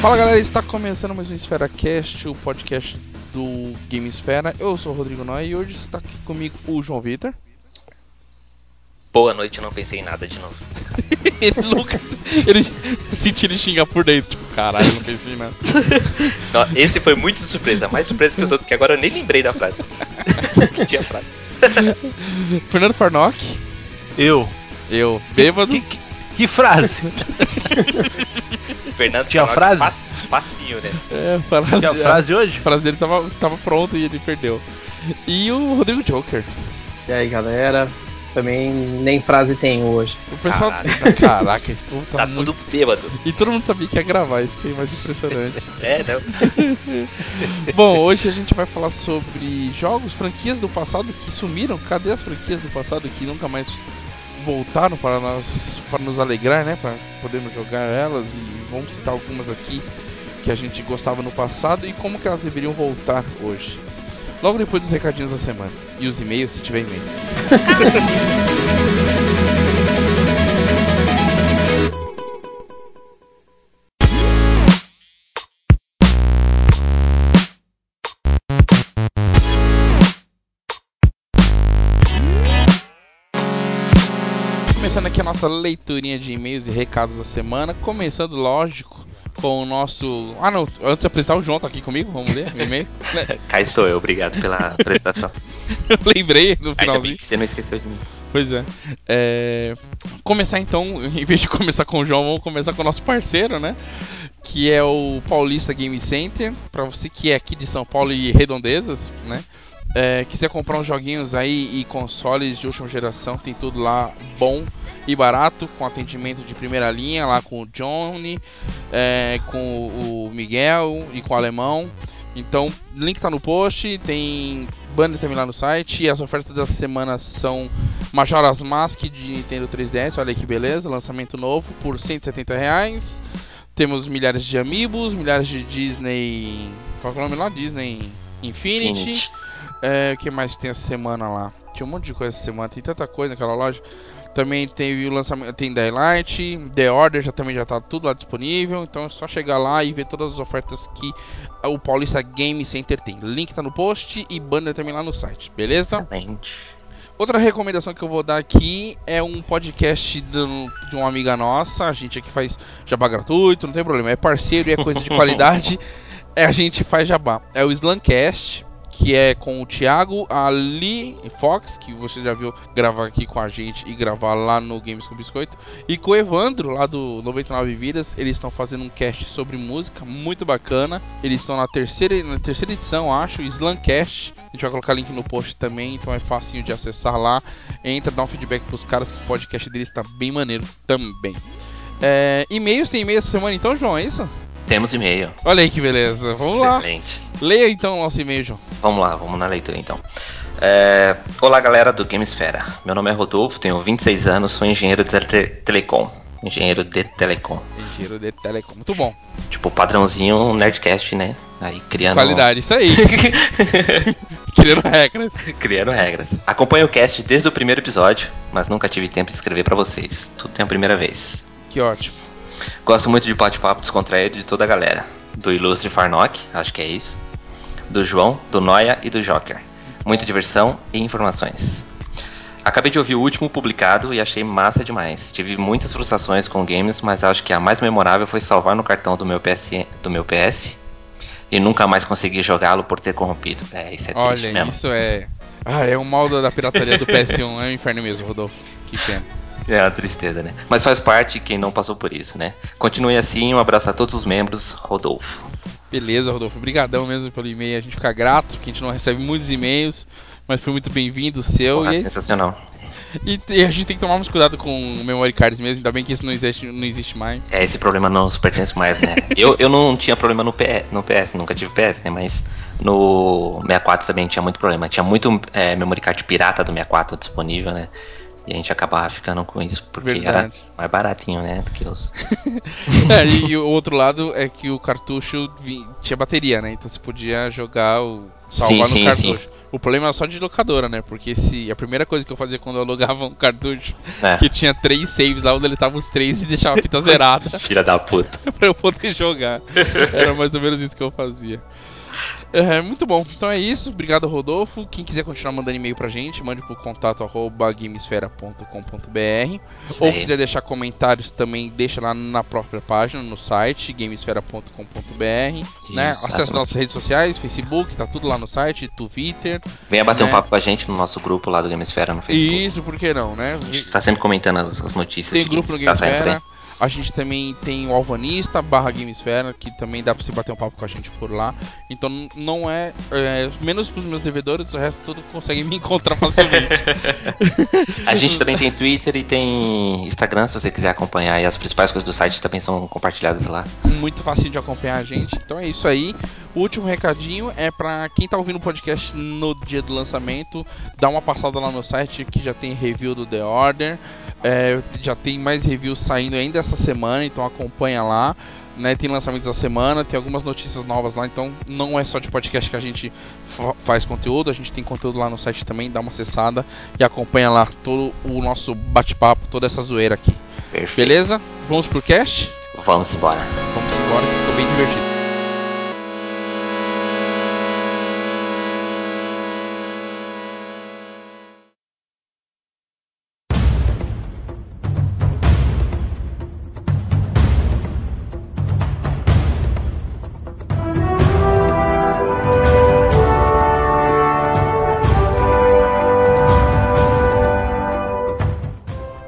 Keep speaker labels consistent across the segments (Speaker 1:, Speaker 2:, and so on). Speaker 1: Fala galera, está começando mais um Esfera Cast, o podcast do Game Esfera. Eu sou o Rodrigo Noy e hoje está aqui comigo o João Vitor.
Speaker 2: Boa noite, não pensei em nada de novo.
Speaker 1: ele nunca. Ele senti ele xingar por dentro. Tipo, caralho, não pensei em nada.
Speaker 2: Ó, Esse foi muito surpresa, mais surpresa que os outros, que agora eu nem lembrei da frase. que tinha frase.
Speaker 1: Fernando Farnock,
Speaker 3: Eu.
Speaker 1: eu, bêbado.
Speaker 3: Que, que- que frase?
Speaker 2: Fernando
Speaker 3: Tinha
Speaker 2: Fernandes,
Speaker 3: frase?
Speaker 2: fa- facinho, né?
Speaker 1: É, frase,
Speaker 3: Que é a frase hoje?
Speaker 1: a frase dele tava, tava pronta e ele perdeu. E o Rodrigo Joker.
Speaker 4: E aí, galera? Também nem frase tem hoje.
Speaker 1: O pessoal.
Speaker 2: Caralho.
Speaker 1: Caraca, esse povo tá,
Speaker 2: Tá
Speaker 1: muito.
Speaker 2: tudo bêbado.
Speaker 1: E todo mundo sabia que ia gravar, isso que é mais impressionante.
Speaker 2: É, não.
Speaker 1: Bom, hoje a gente vai falar sobre jogos, franquias do passado que sumiram. Cadê as franquias do passado que nunca mais voltaram para nós, para nos alegrar, né? Para podermos jogar elas e vamos citar algumas aqui que a gente gostava no passado e como que elas deveriam voltar hoje. Logo depois dos recadinhos da semana e os e-mails, se tiver e-mail. Começando aqui a nossa leiturinha de e-mails e recados da semana, começando lógico com o nosso. Ah não, antes de apresentar o João tá aqui comigo, vamos ler o e-mail.
Speaker 2: Cá estou eu, obrigado pela prestação.
Speaker 1: Eu lembrei no
Speaker 2: Ainda
Speaker 1: finalzinho.
Speaker 2: bem que você não esqueceu de mim.
Speaker 1: Pois é. É, Começar então, em vez de começar com o João, vamos começar com o nosso parceiro, né? Que é o Paulista Game Center. Pra você que é aqui de São Paulo e redondezas, né? É, quiser comprar uns joguinhos aí e consoles de última geração, tem tudo lá bom e barato, com atendimento de primeira linha, lá com o Johnny, é, com o Miguel e com o Alemão. Então, link tá no post, tem banner também lá no site. E as ofertas dessa semana são Majora's Mask de Nintendo 3DS, olha que beleza, lançamento novo por R$ 170 reais. Temos milhares de amiibos, milhares de Disney. Qual que é o nome lá? Disney Infinity.
Speaker 2: Infinity.
Speaker 1: É, o que mais tem essa semana lá? Tinha um monte de coisa essa semana, tem tanta coisa naquela loja. Também teve o lançamento, tem Daylight, The Order já também já tá tudo lá disponível, então é só chegar lá e ver todas as ofertas que o Paulista Game Center tem. Link tá no post e banner também lá no site, beleza?
Speaker 2: Excelente.
Speaker 1: Outra recomendação que eu vou dar aqui é um podcast do- de uma amiga nossa. A gente aqui faz jabá gratuito, não tem problema. É parceiro e é coisa de qualidade. É, a gente faz jabá. É o Slancast, que é com o Thiago, a Li Fox, que você já viu gravar aqui com a gente e gravar lá no Games com Biscoito. E com o Evandro, lá do 99 Vidas, eles estão fazendo um cast sobre música, muito bacana. Eles estão na terceira, na terceira edição, acho, Slancast. A gente vai colocar link no post também, então é facinho de acessar lá. Entra, dá um feedback pros caras que o podcast deles tá bem maneiro também. É, e-mails, tem e-mail essa semana então, João, é isso?
Speaker 2: Temos e-mail.
Speaker 1: Olha aí que beleza, Então vamos lá.
Speaker 2: Excelente.
Speaker 1: Leia então o nosso e-mail, João.
Speaker 2: Vamos lá, vamos na leitura então. É, Olá, galera do Gamesfera. Meu nome é Rodolfo, tenho 26 anos, sou engenheiro de tele- telecom. Engenheiro de telecom.
Speaker 1: Engenheiro de Telecom, muito bom.
Speaker 2: Tipo, padrãozinho Nerdcast, né? Aí criando,
Speaker 1: Qualidade, isso aí. Querendo regras.
Speaker 2: criando regras. Acompanho o cast desde o primeiro episódio, mas nunca tive tempo de escrever pra vocês. Tudo tem a primeira vez.
Speaker 1: Que ótimo.
Speaker 2: Gosto muito de bate-papo descontraído de toda a galera. Do ilustre Farnock, acho que é isso. Do João, do Noia e do Joker. Muita diversão e informações. Acabei de ouvir o último publicado e achei massa demais. Tive muitas frustrações com games, mas acho que a mais memorável foi salvar no cartão do meu PS, do meu PS e nunca mais consegui jogá-lo por ter corrompido. É, isso é triste
Speaker 1: Olha,
Speaker 2: mesmo.
Speaker 1: isso é. Ah, é o mal da da pirataria do PS1, é um inferno mesmo, Rodolfo. Que pena.
Speaker 2: É uma tristeza, né? Mas faz parte quem não passou por isso, né? Continue assim, um abraço a todos os membros, Rodolfo.
Speaker 1: Beleza, Rodolfo. Obrigadão mesmo pelo e-mail. A gente fica grato, porque a gente não recebe muitos e-mails. Mas foi muito bem-vindo o seu.
Speaker 2: Porra,
Speaker 1: e, é isso.
Speaker 2: um sensacional.
Speaker 1: E te- e a gente tem que tomar mais cuidado com o memory cards mesmo. Ainda bem que isso não existe, não existe mais.
Speaker 2: É, esse problema não nos pertence mais, né? eu, eu não tinha problema no PS, no PS, nunca tive PS, né? Mas no 64 também tinha muito problema. Tinha muito é, memory card pirata do 64 disponível, né? E a gente acabava ficando com isso, porque era
Speaker 1: Verdade.
Speaker 2: mais baratinho, né? Do que os.
Speaker 1: É, e, e o outro lado é que o cartucho vi- tinha bateria, né? Então você podia jogar o. salvar
Speaker 2: Sim,
Speaker 1: no
Speaker 2: sim,
Speaker 1: cartucho. O problema era só de locadora, né? Porque se a primeira coisa que eu fazia quando eu alugava um cartucho
Speaker 2: É.
Speaker 1: que tinha três saves lá, eu deletava os três e deixava a fita zerada
Speaker 2: Filha da puta.
Speaker 1: pra eu poder jogar. Era mais ou menos isso que eu fazia. É, muito bom, então é isso. Obrigado, Rodolfo. Quem quiser continuar mandando e-mail pra gente, mande pro contato arroba gamesfera.com.br.
Speaker 2: Isso
Speaker 1: Ou
Speaker 2: aí.
Speaker 1: quiser deixar comentários também, deixa lá na própria página, no site, gamesfera.com.br. Né?
Speaker 2: Exato.
Speaker 1: Acesse nossas redes sociais, Facebook, tá tudo lá no site, Twitter.
Speaker 2: Venha bater
Speaker 1: né?
Speaker 2: um papo com a gente no nosso grupo lá do Gamesfera no Facebook.
Speaker 1: Isso, por que não, né?
Speaker 2: A gente tá sempre comentando as, as notícias
Speaker 1: Tem
Speaker 2: de
Speaker 1: grupo no
Speaker 2: games que tá saindo por aí.
Speaker 1: Gamesfera. A gente também tem o Alvanista barra Gamesfera, que também dá pra você bater um papo com a gente por lá. Então n- não é. é, menos pros meus devedores, o resto tudo consegue me encontrar facilmente. né?
Speaker 2: A gente também tem Twitter e tem Instagram, se você quiser acompanhar. E as principais coisas do site também são compartilhadas lá.
Speaker 1: Muito fácil de acompanhar a gente. Então é isso aí. O último recadinho é pra quem tá ouvindo o podcast no dia do lançamento, dá uma passada lá no site que já tem review do The Order. É, já tem mais reviews saindo ainda essa semana, então acompanha lá. né? Tem lançamentos da semana, tem algumas notícias novas lá, então não é só de podcast que a gente fa- faz conteúdo, a gente tem conteúdo lá no site também, dá uma acessada e acompanha lá todo o nosso bate-papo, toda essa zoeira aqui.
Speaker 2: Perfeito.
Speaker 1: Beleza? Vamos pro cast?
Speaker 2: Vamos embora.
Speaker 1: Vamos embora, que ficou bem divertido.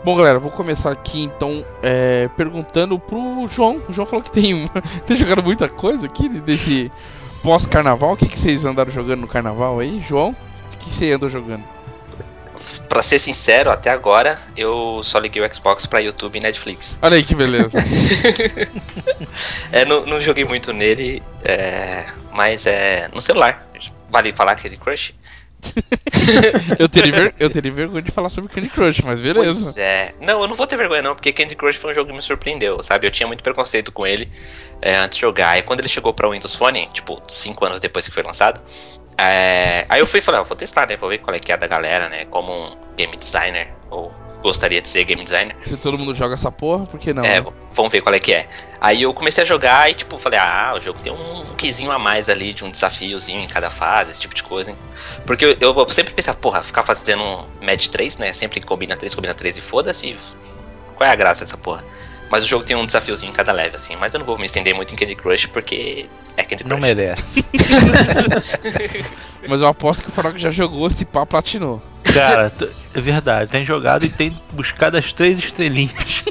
Speaker 1: Bom, galera, vou começar aqui então é, perguntando pro João. O João falou que tem, um- tem jogado muita coisa aqui né, desse pós-carnaval. O que, que vocês andaram jogando no carnaval aí, João? O que, que você andou jogando?
Speaker 2: Pra ser sincero, até agora eu só liguei o Xbox pra YouTube e Netflix.
Speaker 1: Olha aí que beleza.
Speaker 2: É, não, não joguei muito nele, é, mas é no celular. Vale falar que é de Crush?
Speaker 1: Eu teria, ver- eu teria vergonha de falar sobre Candy Crush, mas beleza.
Speaker 2: Pois é. Não, eu não vou ter vergonha não, porque Candy Crush foi um jogo que me surpreendeu, sabe? Eu tinha muito preconceito com ele é, antes de jogar. E quando ele chegou pra Windows Phone, tipo, 5 anos depois que foi lançado, é, aí eu fui e falei, ah, vou testar, né? Vou ver qual é que é da galera, né? Como um game designer, ou gostaria de ser game designer.
Speaker 1: Se todo mundo joga essa porra, por que não?
Speaker 2: É,
Speaker 1: né?
Speaker 2: v- vamos ver qual é que é. Aí eu comecei a jogar e, tipo, falei, ah, o jogo tem um quizinho a mais ali, de um desafiozinho em cada fase, esse tipo de coisa. Hein? Porque eu, eu sempre pensava, porra, ficar fazendo um match 3, né? Sempre combina 3, combina 3 e foda-se. Qual é a graça dessa porra? Mas o jogo tem um desafiozinho em cada level, assim. Mas eu não vou me estender muito em Candy Crush, porque é Candy Crush.
Speaker 3: Não merece.
Speaker 1: Mas eu aposto que o Faroc já jogou esse pá platinou.
Speaker 3: Cara, t- é verdade. Tem jogado e tem buscado as três estrelinhas.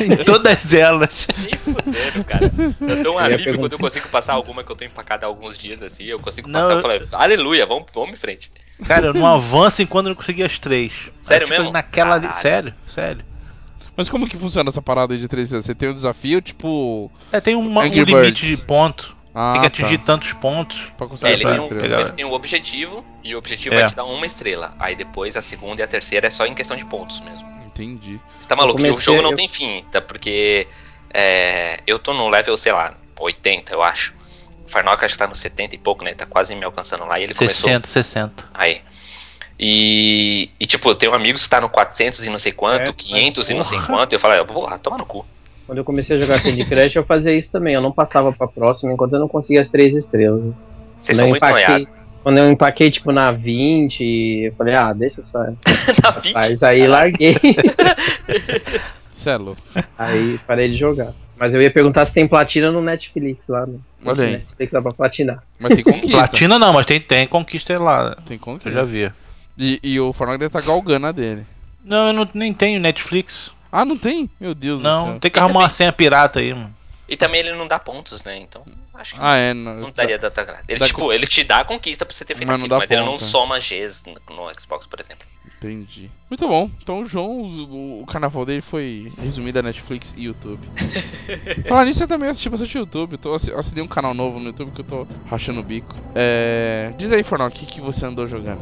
Speaker 3: em todas elas.
Speaker 2: Me fuderam, cara. Eu dou um
Speaker 4: Eu ia
Speaker 2: alívio
Speaker 4: perguntar.
Speaker 2: quando eu consigo passar alguma que eu tô empacada há alguns dias, assim. Eu consigo
Speaker 3: Não,
Speaker 2: passar
Speaker 3: eu-
Speaker 2: e falar, aleluia, vamos, vamos em frente.
Speaker 3: Cara, eu não avanço enquanto eu não conseguir as três. Aí
Speaker 2: Sério
Speaker 3: eu fico
Speaker 2: mesmo?
Speaker 3: Naquela ali.
Speaker 2: Caralho.
Speaker 3: Sério, sério.
Speaker 1: Mas como que funciona essa parada aí de 3 Você tem um desafio, tipo.
Speaker 3: É, tem uma- um
Speaker 1: Angry
Speaker 3: limite
Speaker 1: Birds.
Speaker 3: de ponto.
Speaker 1: Ah,
Speaker 3: tem que atingir
Speaker 1: tá.
Speaker 3: tantos pontos.
Speaker 1: pra
Speaker 2: É,
Speaker 1: conseguir essa
Speaker 2: ele, tem
Speaker 3: Estrela,
Speaker 2: um,
Speaker 1: estrela.
Speaker 3: pegar-
Speaker 2: ele tem um objetivo, e o objetivo
Speaker 3: É.
Speaker 2: vai te dar uma estrela. Aí depois a segunda e a terceira é só em questão de pontos mesmo.
Speaker 1: Entendi.
Speaker 2: Você tá maluco?
Speaker 4: comecei-
Speaker 2: o jogo não
Speaker 4: eu-
Speaker 2: tem fim, tá? Porque é, eu tô no level, sei lá, 80, eu acho. O Farnock acho que tá no 70 e pouco, né? Tá quase me alcançando lá. E ele começou
Speaker 3: 60, 60.
Speaker 2: Aí. E, e, tipo, eu tenho amigos que tá no 400 e não sei quanto,
Speaker 4: É,
Speaker 2: 500 e não sei quanto, e eu falo, ah, porra, toma no cu.
Speaker 4: Quando eu comecei a jogar Candy Crush, eu fazia isso também. Eu não passava pra próxima enquanto eu não conseguia as três estrelas.
Speaker 2: Vocês
Speaker 4: Quando
Speaker 2: são
Speaker 4: eu
Speaker 2: muito noiados.
Speaker 4: Quando eu empaquei, tipo, na 20, eu falei, ah, deixa essa.
Speaker 2: Na 20.
Speaker 4: Mas aí larguei.
Speaker 1: Cê é louco.
Speaker 4: aí parei de jogar. Mas eu ia perguntar se tem platina no Netflix lá, né?
Speaker 1: Olha aí.
Speaker 4: Netflix dá pra platinar.
Speaker 1: Mas tem conquista.
Speaker 3: Platina não, mas tem, tem conquista lá.
Speaker 1: tem
Speaker 3: Eu já
Speaker 1: conquista.
Speaker 3: vi.
Speaker 1: E, e o Farnock deve estar galgando a dele.
Speaker 3: Não, eu não, nem tenho Netflix.
Speaker 1: Ah, não tem? Meu Deus
Speaker 3: Não,
Speaker 1: do céu.
Speaker 3: tem que arrumar uma senha pirata aí, mano.
Speaker 2: E também ele não dá pontos, né? Então, acho que
Speaker 1: Ah, é. Não,
Speaker 2: Não daria tanta graça. Ele,
Speaker 1: dá
Speaker 2: tipo, ele te dá a conquista pra você ter feito
Speaker 1: Mas não
Speaker 2: aquilo,
Speaker 1: dá
Speaker 2: mas ele não
Speaker 1: ponta.
Speaker 2: soma Gs no- no Xbox, por exemplo.
Speaker 1: Entendi. Muito bom. Então o João, o, o carnaval dele foi resumido a Netflix e YouTube. Falar nisso, eu também assisti bastante YouTube. Eu tô, assi- assinei um canal novo no YouTube que eu tô rachando o bico. É... Diz aí, Fornal, o que, que você andou jogando?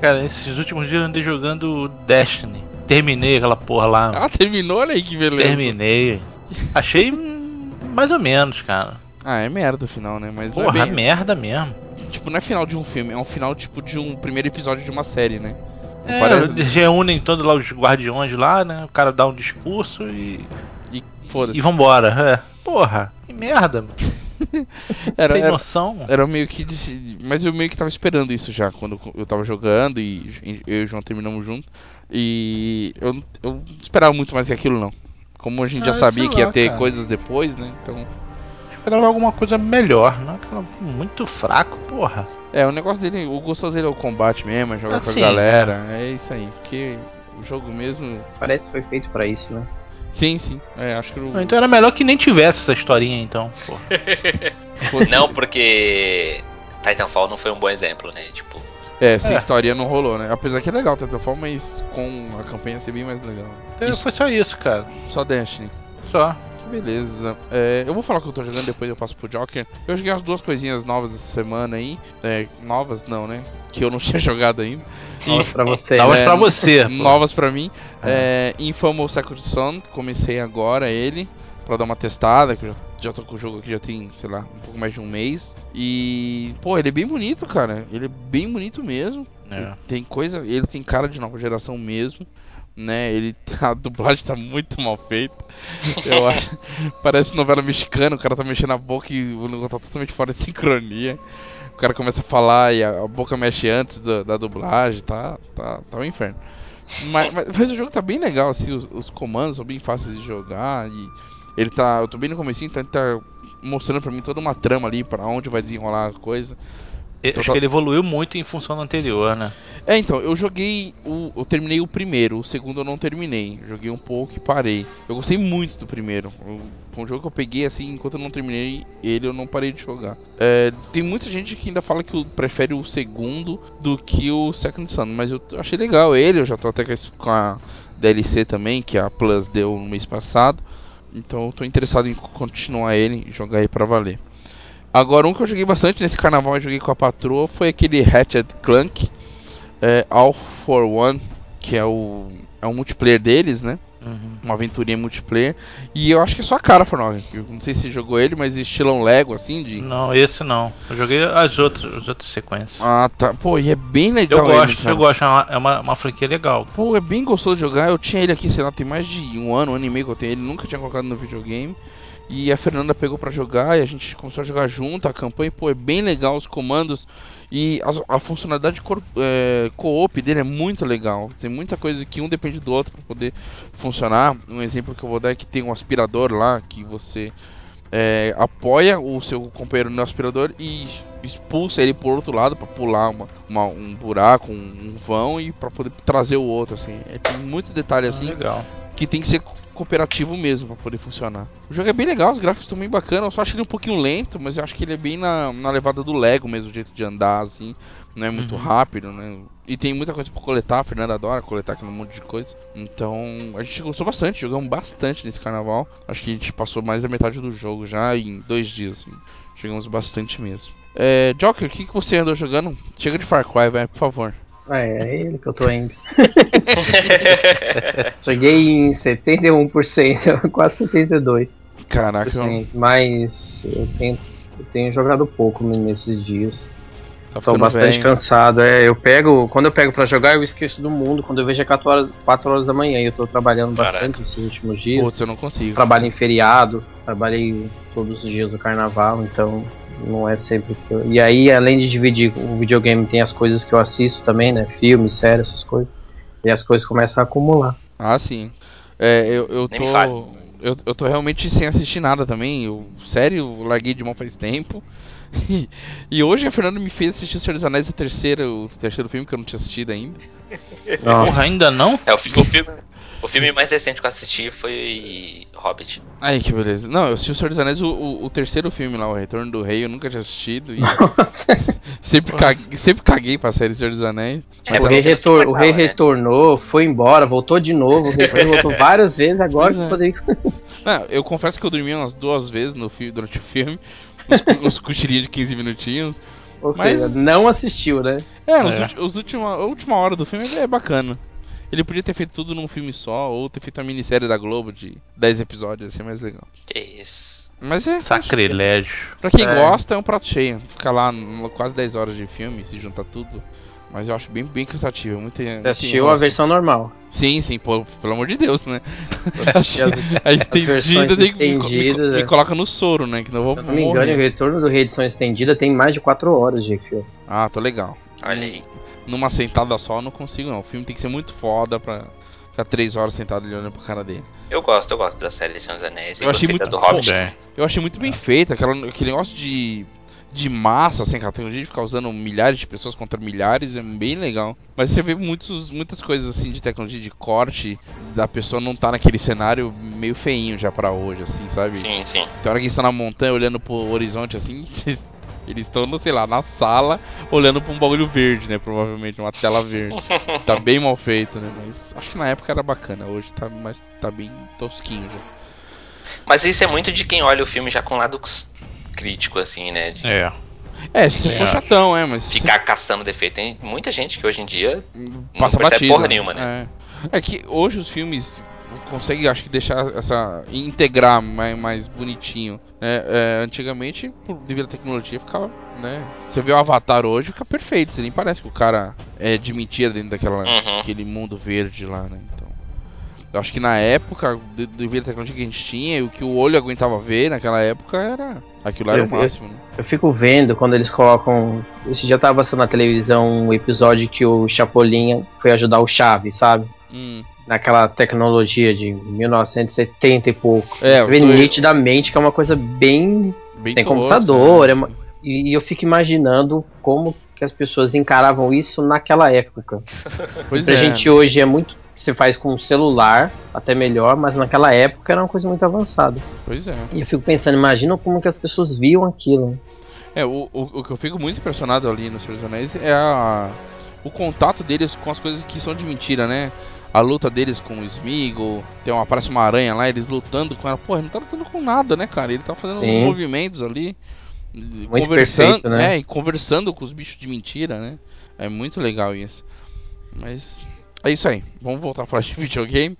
Speaker 3: Cara, esses últimos dias eu andei jogando Destiny. Terminei aquela porra lá. mano.
Speaker 1: Ah, terminou? Olha aí que beleza.
Speaker 3: Terminei. Achei hum, mais ou menos, cara.
Speaker 1: Ah, é merda o final, né? Mas não é
Speaker 3: Porra,
Speaker 1: bem...
Speaker 3: merda mesmo.
Speaker 1: Tipo, não é final de um filme, é um final, tipo, de um primeiro episódio de uma série, né? Não
Speaker 3: É,
Speaker 1: parece? né?
Speaker 3: eles reúnem todos lá os guardiões lá, né? O cara dá um discurso e.
Speaker 1: E foda-se.
Speaker 3: e vambora. É. Porra, que merda, mano.
Speaker 1: Era-
Speaker 3: Sem
Speaker 1: era-
Speaker 3: noção.
Speaker 1: Era meio que. de- Mas eu meio que tava esperando isso já, quando eu tava jogando e eu e o João terminamos junto. E eu, não- eu não esperava muito mais que aquilo, não. Como a gente já
Speaker 3: Ah,
Speaker 1: sabia
Speaker 3: sei
Speaker 1: que ia
Speaker 3: lá,
Speaker 1: ter
Speaker 3: cara.
Speaker 1: coisas depois, né? Então.
Speaker 3: Esperava alguma coisa melhor, né? Aquela- Muito fraco, porra.
Speaker 1: É, o negócio dele, o gostoso dele é o combate mesmo, é jogar
Speaker 3: Ah,
Speaker 1: com a
Speaker 3: sim.
Speaker 1: galera. É isso aí. Porque o jogo mesmo.
Speaker 4: Parece que foi feito pra isso, né?
Speaker 1: Sim, sim. É, acho que o.
Speaker 3: Ah, Então era melhor que nem tivesse essa historinha, então. porra.
Speaker 1: fosse-
Speaker 2: Não, porque Titanfall não foi um bom exemplo, né? Tipo,
Speaker 1: É, sem
Speaker 3: É.
Speaker 1: história não rolou, né? Apesar que é legal Titanfall, mas com a campanha ser bem mais legal.
Speaker 3: É,
Speaker 1: Isso.
Speaker 3: Foi só isso, cara.
Speaker 1: Só Destiny.
Speaker 3: Só.
Speaker 1: Que beleza. É, eu vou falar o que eu tô jogando, depois eu passo pro Joker. Eu joguei as duas coisinhas novas essa semana aí. É, novas não, né? Que eu não tinha jogado ainda.
Speaker 4: Fala pra você.
Speaker 3: Dá
Speaker 4: né?
Speaker 3: umas
Speaker 1: é,
Speaker 3: pra você. pô.
Speaker 1: novas pra mim. É, Infamous Second Son, comecei agora ele, pra dar uma testada, que eu já, já tô com o jogo aqui já tem, sei lá, um pouco mais de um mês. E, pô, ele é bem bonito, cara. Ele é bem bonito mesmo.
Speaker 3: É.
Speaker 1: Tem coisa, ele tem cara de nova geração mesmo, né? Ele a dublagem tá muito mal feita. Eu acho, parece novela mexicana, o cara tá mexendo a boca e o negócio tá totalmente fora de sincronia. O cara começa a falar e a, a boca mexe antes da, da dublagem, tá, tá, tá um inferno. Mas, mas- mas o jogo tá bem legal, assim, os, os comandos são bem fáceis de jogar e ele tá, eu tô bem no comecinho, então ele tá mostrando pra mim toda uma trama ali pra onde vai desenrolar a coisa.
Speaker 3: Eu Acho que ele evoluiu muito em função do anterior, né?
Speaker 1: É, então, eu joguei. O, eu terminei o primeiro, o segundo eu não terminei. Joguei um pouco e parei. Eu gostei muito do primeiro. Eu- Foi um jogo que eu peguei assim, enquanto eu não terminei ele, eu não parei de jogar. É, tem muita gente que ainda fala que o- prefere o segundo do que o Second Son, mas eu achei legal ele. Eu já tô até com esse- com a DLC também, que a Plus deu no mês passado. Então eu tô interessado em continuar ele e jogar ele pra valer. Agora, um que eu joguei bastante nesse carnaval e joguei com a patroa foi aquele Hatchet Clank é, All for One, que é o é um multiplayer deles, né? Uma aventurinha multiplayer. E eu acho que é só a cara, Fornog. que eu Não sei se você jogou ele, mas estilão Lego, assim, de.
Speaker 3: Não, esse não. Eu joguei as outras, as outras sequências.
Speaker 1: Ah, tá. Pô, e é bem legal
Speaker 3: eu
Speaker 1: ele,
Speaker 3: gosto,
Speaker 1: cara.
Speaker 3: eu gosto. É uma, é uma- uma franquia legal.
Speaker 1: Pô, é bem gostoso de jogar. Eu tinha ele aqui, sei lá, tem mais de um ano, um ano e meio que eu tenho ele, nunca tinha colocado no videogame. E a Fernanda pegou pra jogar e a gente começou a jogar junto a campanha. E, pô, é bem legal os comandos e as- a, funcionalidade cor- é, co-op dele é muito legal. Tem muita coisa que um depende do outro pra poder funcionar. Um exemplo que eu vou dar é que tem um aspirador lá que você é, apoia o seu companheiro no aspirador e expulsa ele por outro lado pra pular uma, uma- um buraco, um, um vão e pra poder trazer o outro. Assim, é, tem muito detalhe
Speaker 3: Ah,
Speaker 1: assim
Speaker 3: legal.
Speaker 1: que tem que ser co- cooperativo mesmo pra poder funcionar. O jogo é bem legal, os gráficos estão bem bacanas, eu só acho ele um pouquinho lento, mas eu acho que ele é bem na, na levada do Lego mesmo, o jeito de andar, assim, não é muito
Speaker 3: Uhum.
Speaker 1: rápido, né? E tem muita coisa pra coletar, a Fernanda adora coletar aquele monte de coisa. Então, a gente gostou bastante, jogamos bastante nesse carnaval. Acho que a gente passou mais da metade do jogo já em dois dias, assim. Chegamos bastante mesmo. É, Joker, o que, que você andou jogando? Chega de Far Cry, vai, por favor.
Speaker 4: Ah, é, é ele que eu tô ainda. Cheguei em 71%, quase 72%.
Speaker 1: Caraca,
Speaker 4: Assim, mas eu tenho, eu tenho jogado pouco nesses dias.
Speaker 1: tá
Speaker 4: Tô
Speaker 1: ficando
Speaker 4: bastante
Speaker 1: velho.
Speaker 4: cansado, é. Eu pego. Quando eu pego pra jogar, eu esqueço do mundo. Quando eu vejo é 4 horas, 4 horas da manhã. E eu tô trabalhando
Speaker 2: Caraca.
Speaker 4: bastante esses últimos dias.
Speaker 1: Putz, eu não consigo.
Speaker 4: Trabalho em feriado, trabalhei todos os dias do carnaval, então não é sempre que eu. E aí, além de dividir o videogame, tem as coisas que eu assisto também, né? Filmes, séries, essas coisas. E as coisas começam a acumular.
Speaker 1: Ah, sim. É, eu, eu
Speaker 2: Nem me fale.
Speaker 1: tô. Eu, eu tô realmente sem assistir nada também. Eu, sério, eu larguei de mão faz tempo. E, e hoje a Fernanda me fez assistir O Senhor dos Anéis, a terceira, o terceiro filme que eu não tinha assistido ainda.
Speaker 3: Porra, ainda não?
Speaker 2: é o, fi- o filme. O filme mais recente que eu assisti foi Hobbit.
Speaker 1: Aí que beleza. Não, eu assisti O Senhor dos Anéis, o, o- o terceiro filme lá, O Retorno do Rei, eu nunca tinha assistido. E
Speaker 4: Nossa.
Speaker 1: sempre, caguei, sempre caguei pra série Senhor dos Anéis.
Speaker 2: É,
Speaker 4: o
Speaker 2: pra
Speaker 4: rei,
Speaker 2: você não se
Speaker 4: retor- o
Speaker 2: importar,
Speaker 4: rei
Speaker 2: né?
Speaker 4: retornou, foi embora, voltou de novo, o rei voltou várias vezes, agora
Speaker 1: Pois é.
Speaker 4: que poderia
Speaker 1: Não, eu confesso que eu dormi umas duas vezes no filme, durante o filme. Uns, cu- uns cochilinhos de 15 minutinhos.
Speaker 4: Ou
Speaker 1: Mas-
Speaker 4: seja, não assistiu, né?
Speaker 1: É, os
Speaker 3: É.
Speaker 1: ulti- os última, a última hora do filme é bacana. Ele podia ter feito tudo num filme só, ou ter feito a minissérie da Globo de 10 episódios, ia ser mais legal.
Speaker 2: Que isso.
Speaker 1: Mas é.
Speaker 3: Sacrilégio.
Speaker 1: Pra quem
Speaker 4: É.
Speaker 1: gosta, é um prato cheio. Ficar lá no- quase 10 horas de filme, se juntar tudo. Mas eu acho bem, bem cansativo. Muito, muito
Speaker 4: Você assistiu a
Speaker 1: enrolação.
Speaker 4: versão normal.
Speaker 1: Sim, sim, pô, pelo amor de Deus, né?
Speaker 4: Assisti as-
Speaker 1: A estendida
Speaker 4: versões
Speaker 1: tem que me, co- me, co-
Speaker 4: estendidas,
Speaker 1: me
Speaker 4: é.
Speaker 1: coloca no soro, né? Que não vou
Speaker 4: Se eu não me engano, o
Speaker 1: morrer.
Speaker 4: retorno do Rei Edição Estendida tem mais de 4 horas de filme.
Speaker 1: Ah, tô legal.
Speaker 2: Olha aí.
Speaker 1: Numa sentada só eu não consigo, não. O filme tem que ser muito foda pra ficar 3 horas sentado ali olhando pra cara dele.
Speaker 2: Eu gosto, eu gosto da série Senhor dos Anéis.
Speaker 1: Eu achei
Speaker 2: gostei da
Speaker 1: muito
Speaker 2: do
Speaker 1: bom,
Speaker 2: Hobbit.
Speaker 3: né?
Speaker 1: Eu achei muito bem feito, aquela- aquele negócio de, de massa, assim, sem categoria, um de ficar usando milhares de pessoas contra milhares, é bem legal. Mas você vê muitos, muitas coisas assim de tecnologia de corte, da pessoa não tá naquele cenário meio feinho já pra hoje, assim, sabe?
Speaker 2: Sim, sim.
Speaker 1: Tem hora que eles estão na montanha olhando pro horizonte assim, eles- eles estão, no, sei lá, na sala olhando pra um bagulho verde, né? Provavelmente, uma tela verde. tá bem mal feito, né? Mas acho que na época era bacana, hoje tá, mais, tá bem tosquinho já.
Speaker 2: Mas isso é muito de quem olha o filme já com lado c- crítico, assim, né? De
Speaker 3: É.
Speaker 1: É, se
Speaker 3: Sim,
Speaker 1: for
Speaker 3: acho.
Speaker 1: chatão, é, mas.
Speaker 2: ficar caçando defeito. Tem muita gente que hoje em dia.
Speaker 1: Hum, passa
Speaker 2: não percebe
Speaker 1: batido.
Speaker 2: porra nenhuma,
Speaker 1: né? É. É que hoje os filmes conseguem, acho que, deixar essa. integrar mais, mais bonitinho. né? É, antigamente, por devido à tecnologia, ficava. Né? Você vê o Avatar hoje, fica perfeito. Você nem parece que o cara é de mentira dentro daquela,
Speaker 2: Uhum.
Speaker 1: daquele mundo verde lá, né? Então. Eu acho que na época, de- devido à tecnologia que a gente tinha, e o que o olho aguentava ver naquela época era. Aquilo lá era
Speaker 4: Eu-
Speaker 1: o
Speaker 4: eu-
Speaker 1: máximo, né?
Speaker 4: Eu fico vendo quando eles colocam. Esse dia tava passando na televisão um episódio que o Chapolin foi ajudar o Chaves, sabe?
Speaker 1: Hum.
Speaker 4: Naquela tecnologia de 1970 e pouco.
Speaker 1: É,
Speaker 4: Você vê
Speaker 1: eu-
Speaker 4: nitidamente que é uma coisa bem.
Speaker 1: Bem
Speaker 4: Sem
Speaker 1: tosco,
Speaker 4: computador,
Speaker 1: né?
Speaker 4: é uma- E, e eu fico imaginando como que as pessoas encaravam isso naquela época.
Speaker 1: Pois
Speaker 4: Pra
Speaker 1: é.
Speaker 4: gente hoje é muito. Se faz com um celular, até melhor, mas naquela época era uma coisa muito avançada.
Speaker 1: Pois é.
Speaker 4: E eu fico pensando, imagina como que as pessoas viam aquilo.
Speaker 1: É, o, o, o que eu fico muito impressionado ali no Senhor dos Anéis é a- o contato deles com as coisas que são de mentira, né? A luta deles com o Smeagol, tem uma, parece uma aranha lá, eles lutando com ela. Pô, ele não tá lutando com nada, né, cara? Ele tá fazendo
Speaker 4: Sim.
Speaker 1: movimentos ali.
Speaker 4: Muito perfeito, né?
Speaker 1: É, e conversando com os bichos de mentira, né? É muito legal isso. Mas é isso aí. Vamos voltar a falar de videogame.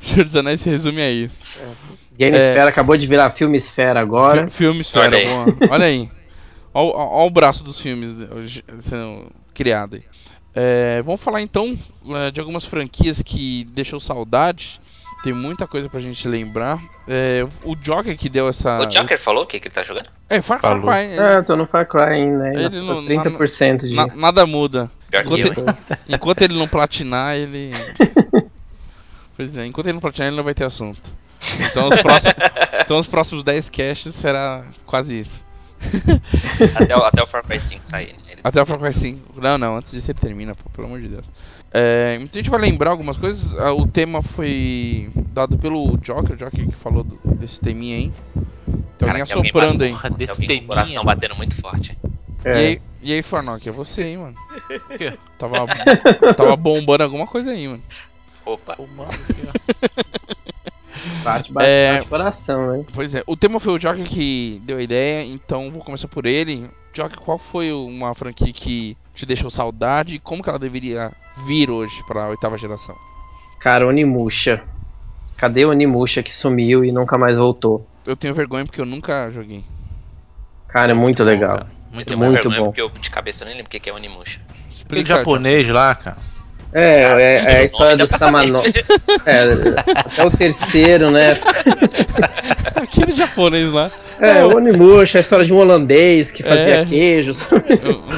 Speaker 1: Senhor dos Anéis se resume a isso. É.
Speaker 4: Gamesfera acabou de virar Filmesfera agora.
Speaker 1: Fi- Filmes fera,
Speaker 2: Olha aí.
Speaker 1: boa. Olha aí. Olha, o braço dos filmes hoje sendo criado aí. É, vamos falar então é, de algumas franquias que deixou saudade. Tem muita coisa pra gente lembrar. É, o Joker que deu essa.
Speaker 2: O Joker falou o que, que ele tá jogando?
Speaker 1: É, Far Far
Speaker 3: Falou.
Speaker 1: Cry.
Speaker 4: Ah, eu tô no Far Cry ainda, né?
Speaker 1: Ele não-
Speaker 4: 30% de.
Speaker 1: Na- nada muda.
Speaker 2: Pior que eu, hein?
Speaker 1: Enquanto, enquanto ele não platinar, ele. Pois é, enquanto ele não platinar, ele não vai ter assunto. Então os próximos, então, os próximos 10 casts será quase isso.
Speaker 2: Até o, até o Far Cry 5 sair. Ele...
Speaker 1: Até o Far Cry 5. assim, Não, não, antes disso ele termina, pô, pelo amor de Deus. É, então a gente vai lembrar algumas coisas. Ah, O tema foi dado pelo Joker, o Joker que falou do- desse teminha aí. Tem alguém
Speaker 2: Cara, tem alguém
Speaker 1: assoprando aí.
Speaker 3: Porra,
Speaker 2: Tem
Speaker 3: desse
Speaker 2: alguém com o
Speaker 3: teminha.
Speaker 2: coração
Speaker 3: mano.
Speaker 2: batendo muito forte. hein?
Speaker 1: E
Speaker 4: É.
Speaker 1: aí, e aí Farnock, é você, hein, mano?
Speaker 3: Quê?
Speaker 2: É.
Speaker 1: Tava, tava bombando alguma coisa aí, mano.
Speaker 2: Opa.
Speaker 3: Pô, mano, que-
Speaker 4: Bate, bate,
Speaker 1: É.
Speaker 4: bate coração, né?
Speaker 1: Pois é, o tema foi o Joker que deu a ideia, então vou começar por ele. Joker, qual foi uma franquia que te deixou saudade e como que ela deveria vir hoje pra oitava geração?
Speaker 4: Cara, Onimusha. Cadê o Onimusha que sumiu e nunca mais voltou?
Speaker 1: Eu tenho vergonha porque eu nunca joguei.
Speaker 4: Cara, é muito legal.
Speaker 3: Muito
Speaker 2: Muito,
Speaker 4: muito bom.
Speaker 2: porque eu de cabeça eu nem lembro o que que é o Onimusha.
Speaker 1: Explica,
Speaker 3: Aquele japonês lá, cara.
Speaker 4: É, é, é a história
Speaker 2: Dá
Speaker 4: do
Speaker 2: pra
Speaker 4: Samano. É, até o terceiro, né?
Speaker 1: Joker. Aquele japonês lá.
Speaker 4: É, o Onimusha, a história de um holandês que fazia
Speaker 1: É.
Speaker 4: queijos.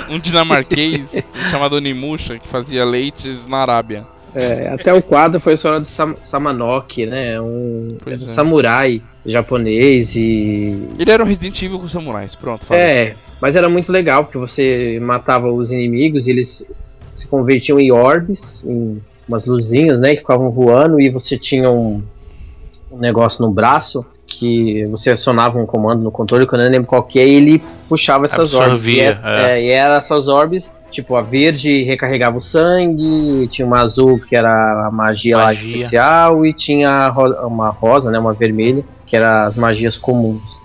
Speaker 1: Um, um dinamarquês chamado Onimusha que fazia leites na Arábia.
Speaker 4: É, até o quadro foi a história do Sam Samanoki, né? Um,
Speaker 1: Pois
Speaker 4: um
Speaker 1: é.
Speaker 4: samurai japonês e
Speaker 1: Ele era um Resident Evil com samurais, pronto, falei.
Speaker 4: É, mas era muito legal, porque você matava os inimigos, e eles s- se convertiam em orbes, em umas luzinhas, né, que ficavam voando, e você tinha um, um negócio no braço que você acionava um comando no controle, que eu não lembro qual que é, e ele puxava essas orbes. E,
Speaker 3: Absorvia,
Speaker 4: essa- é, e eram essas orbes, tipo, a verde recarregava o sangue, tinha uma azul que era a magia, lá
Speaker 3: Magia.
Speaker 4: especial, e tinha a ro- uma rosa, né, uma vermelha, que eram as magias comuns.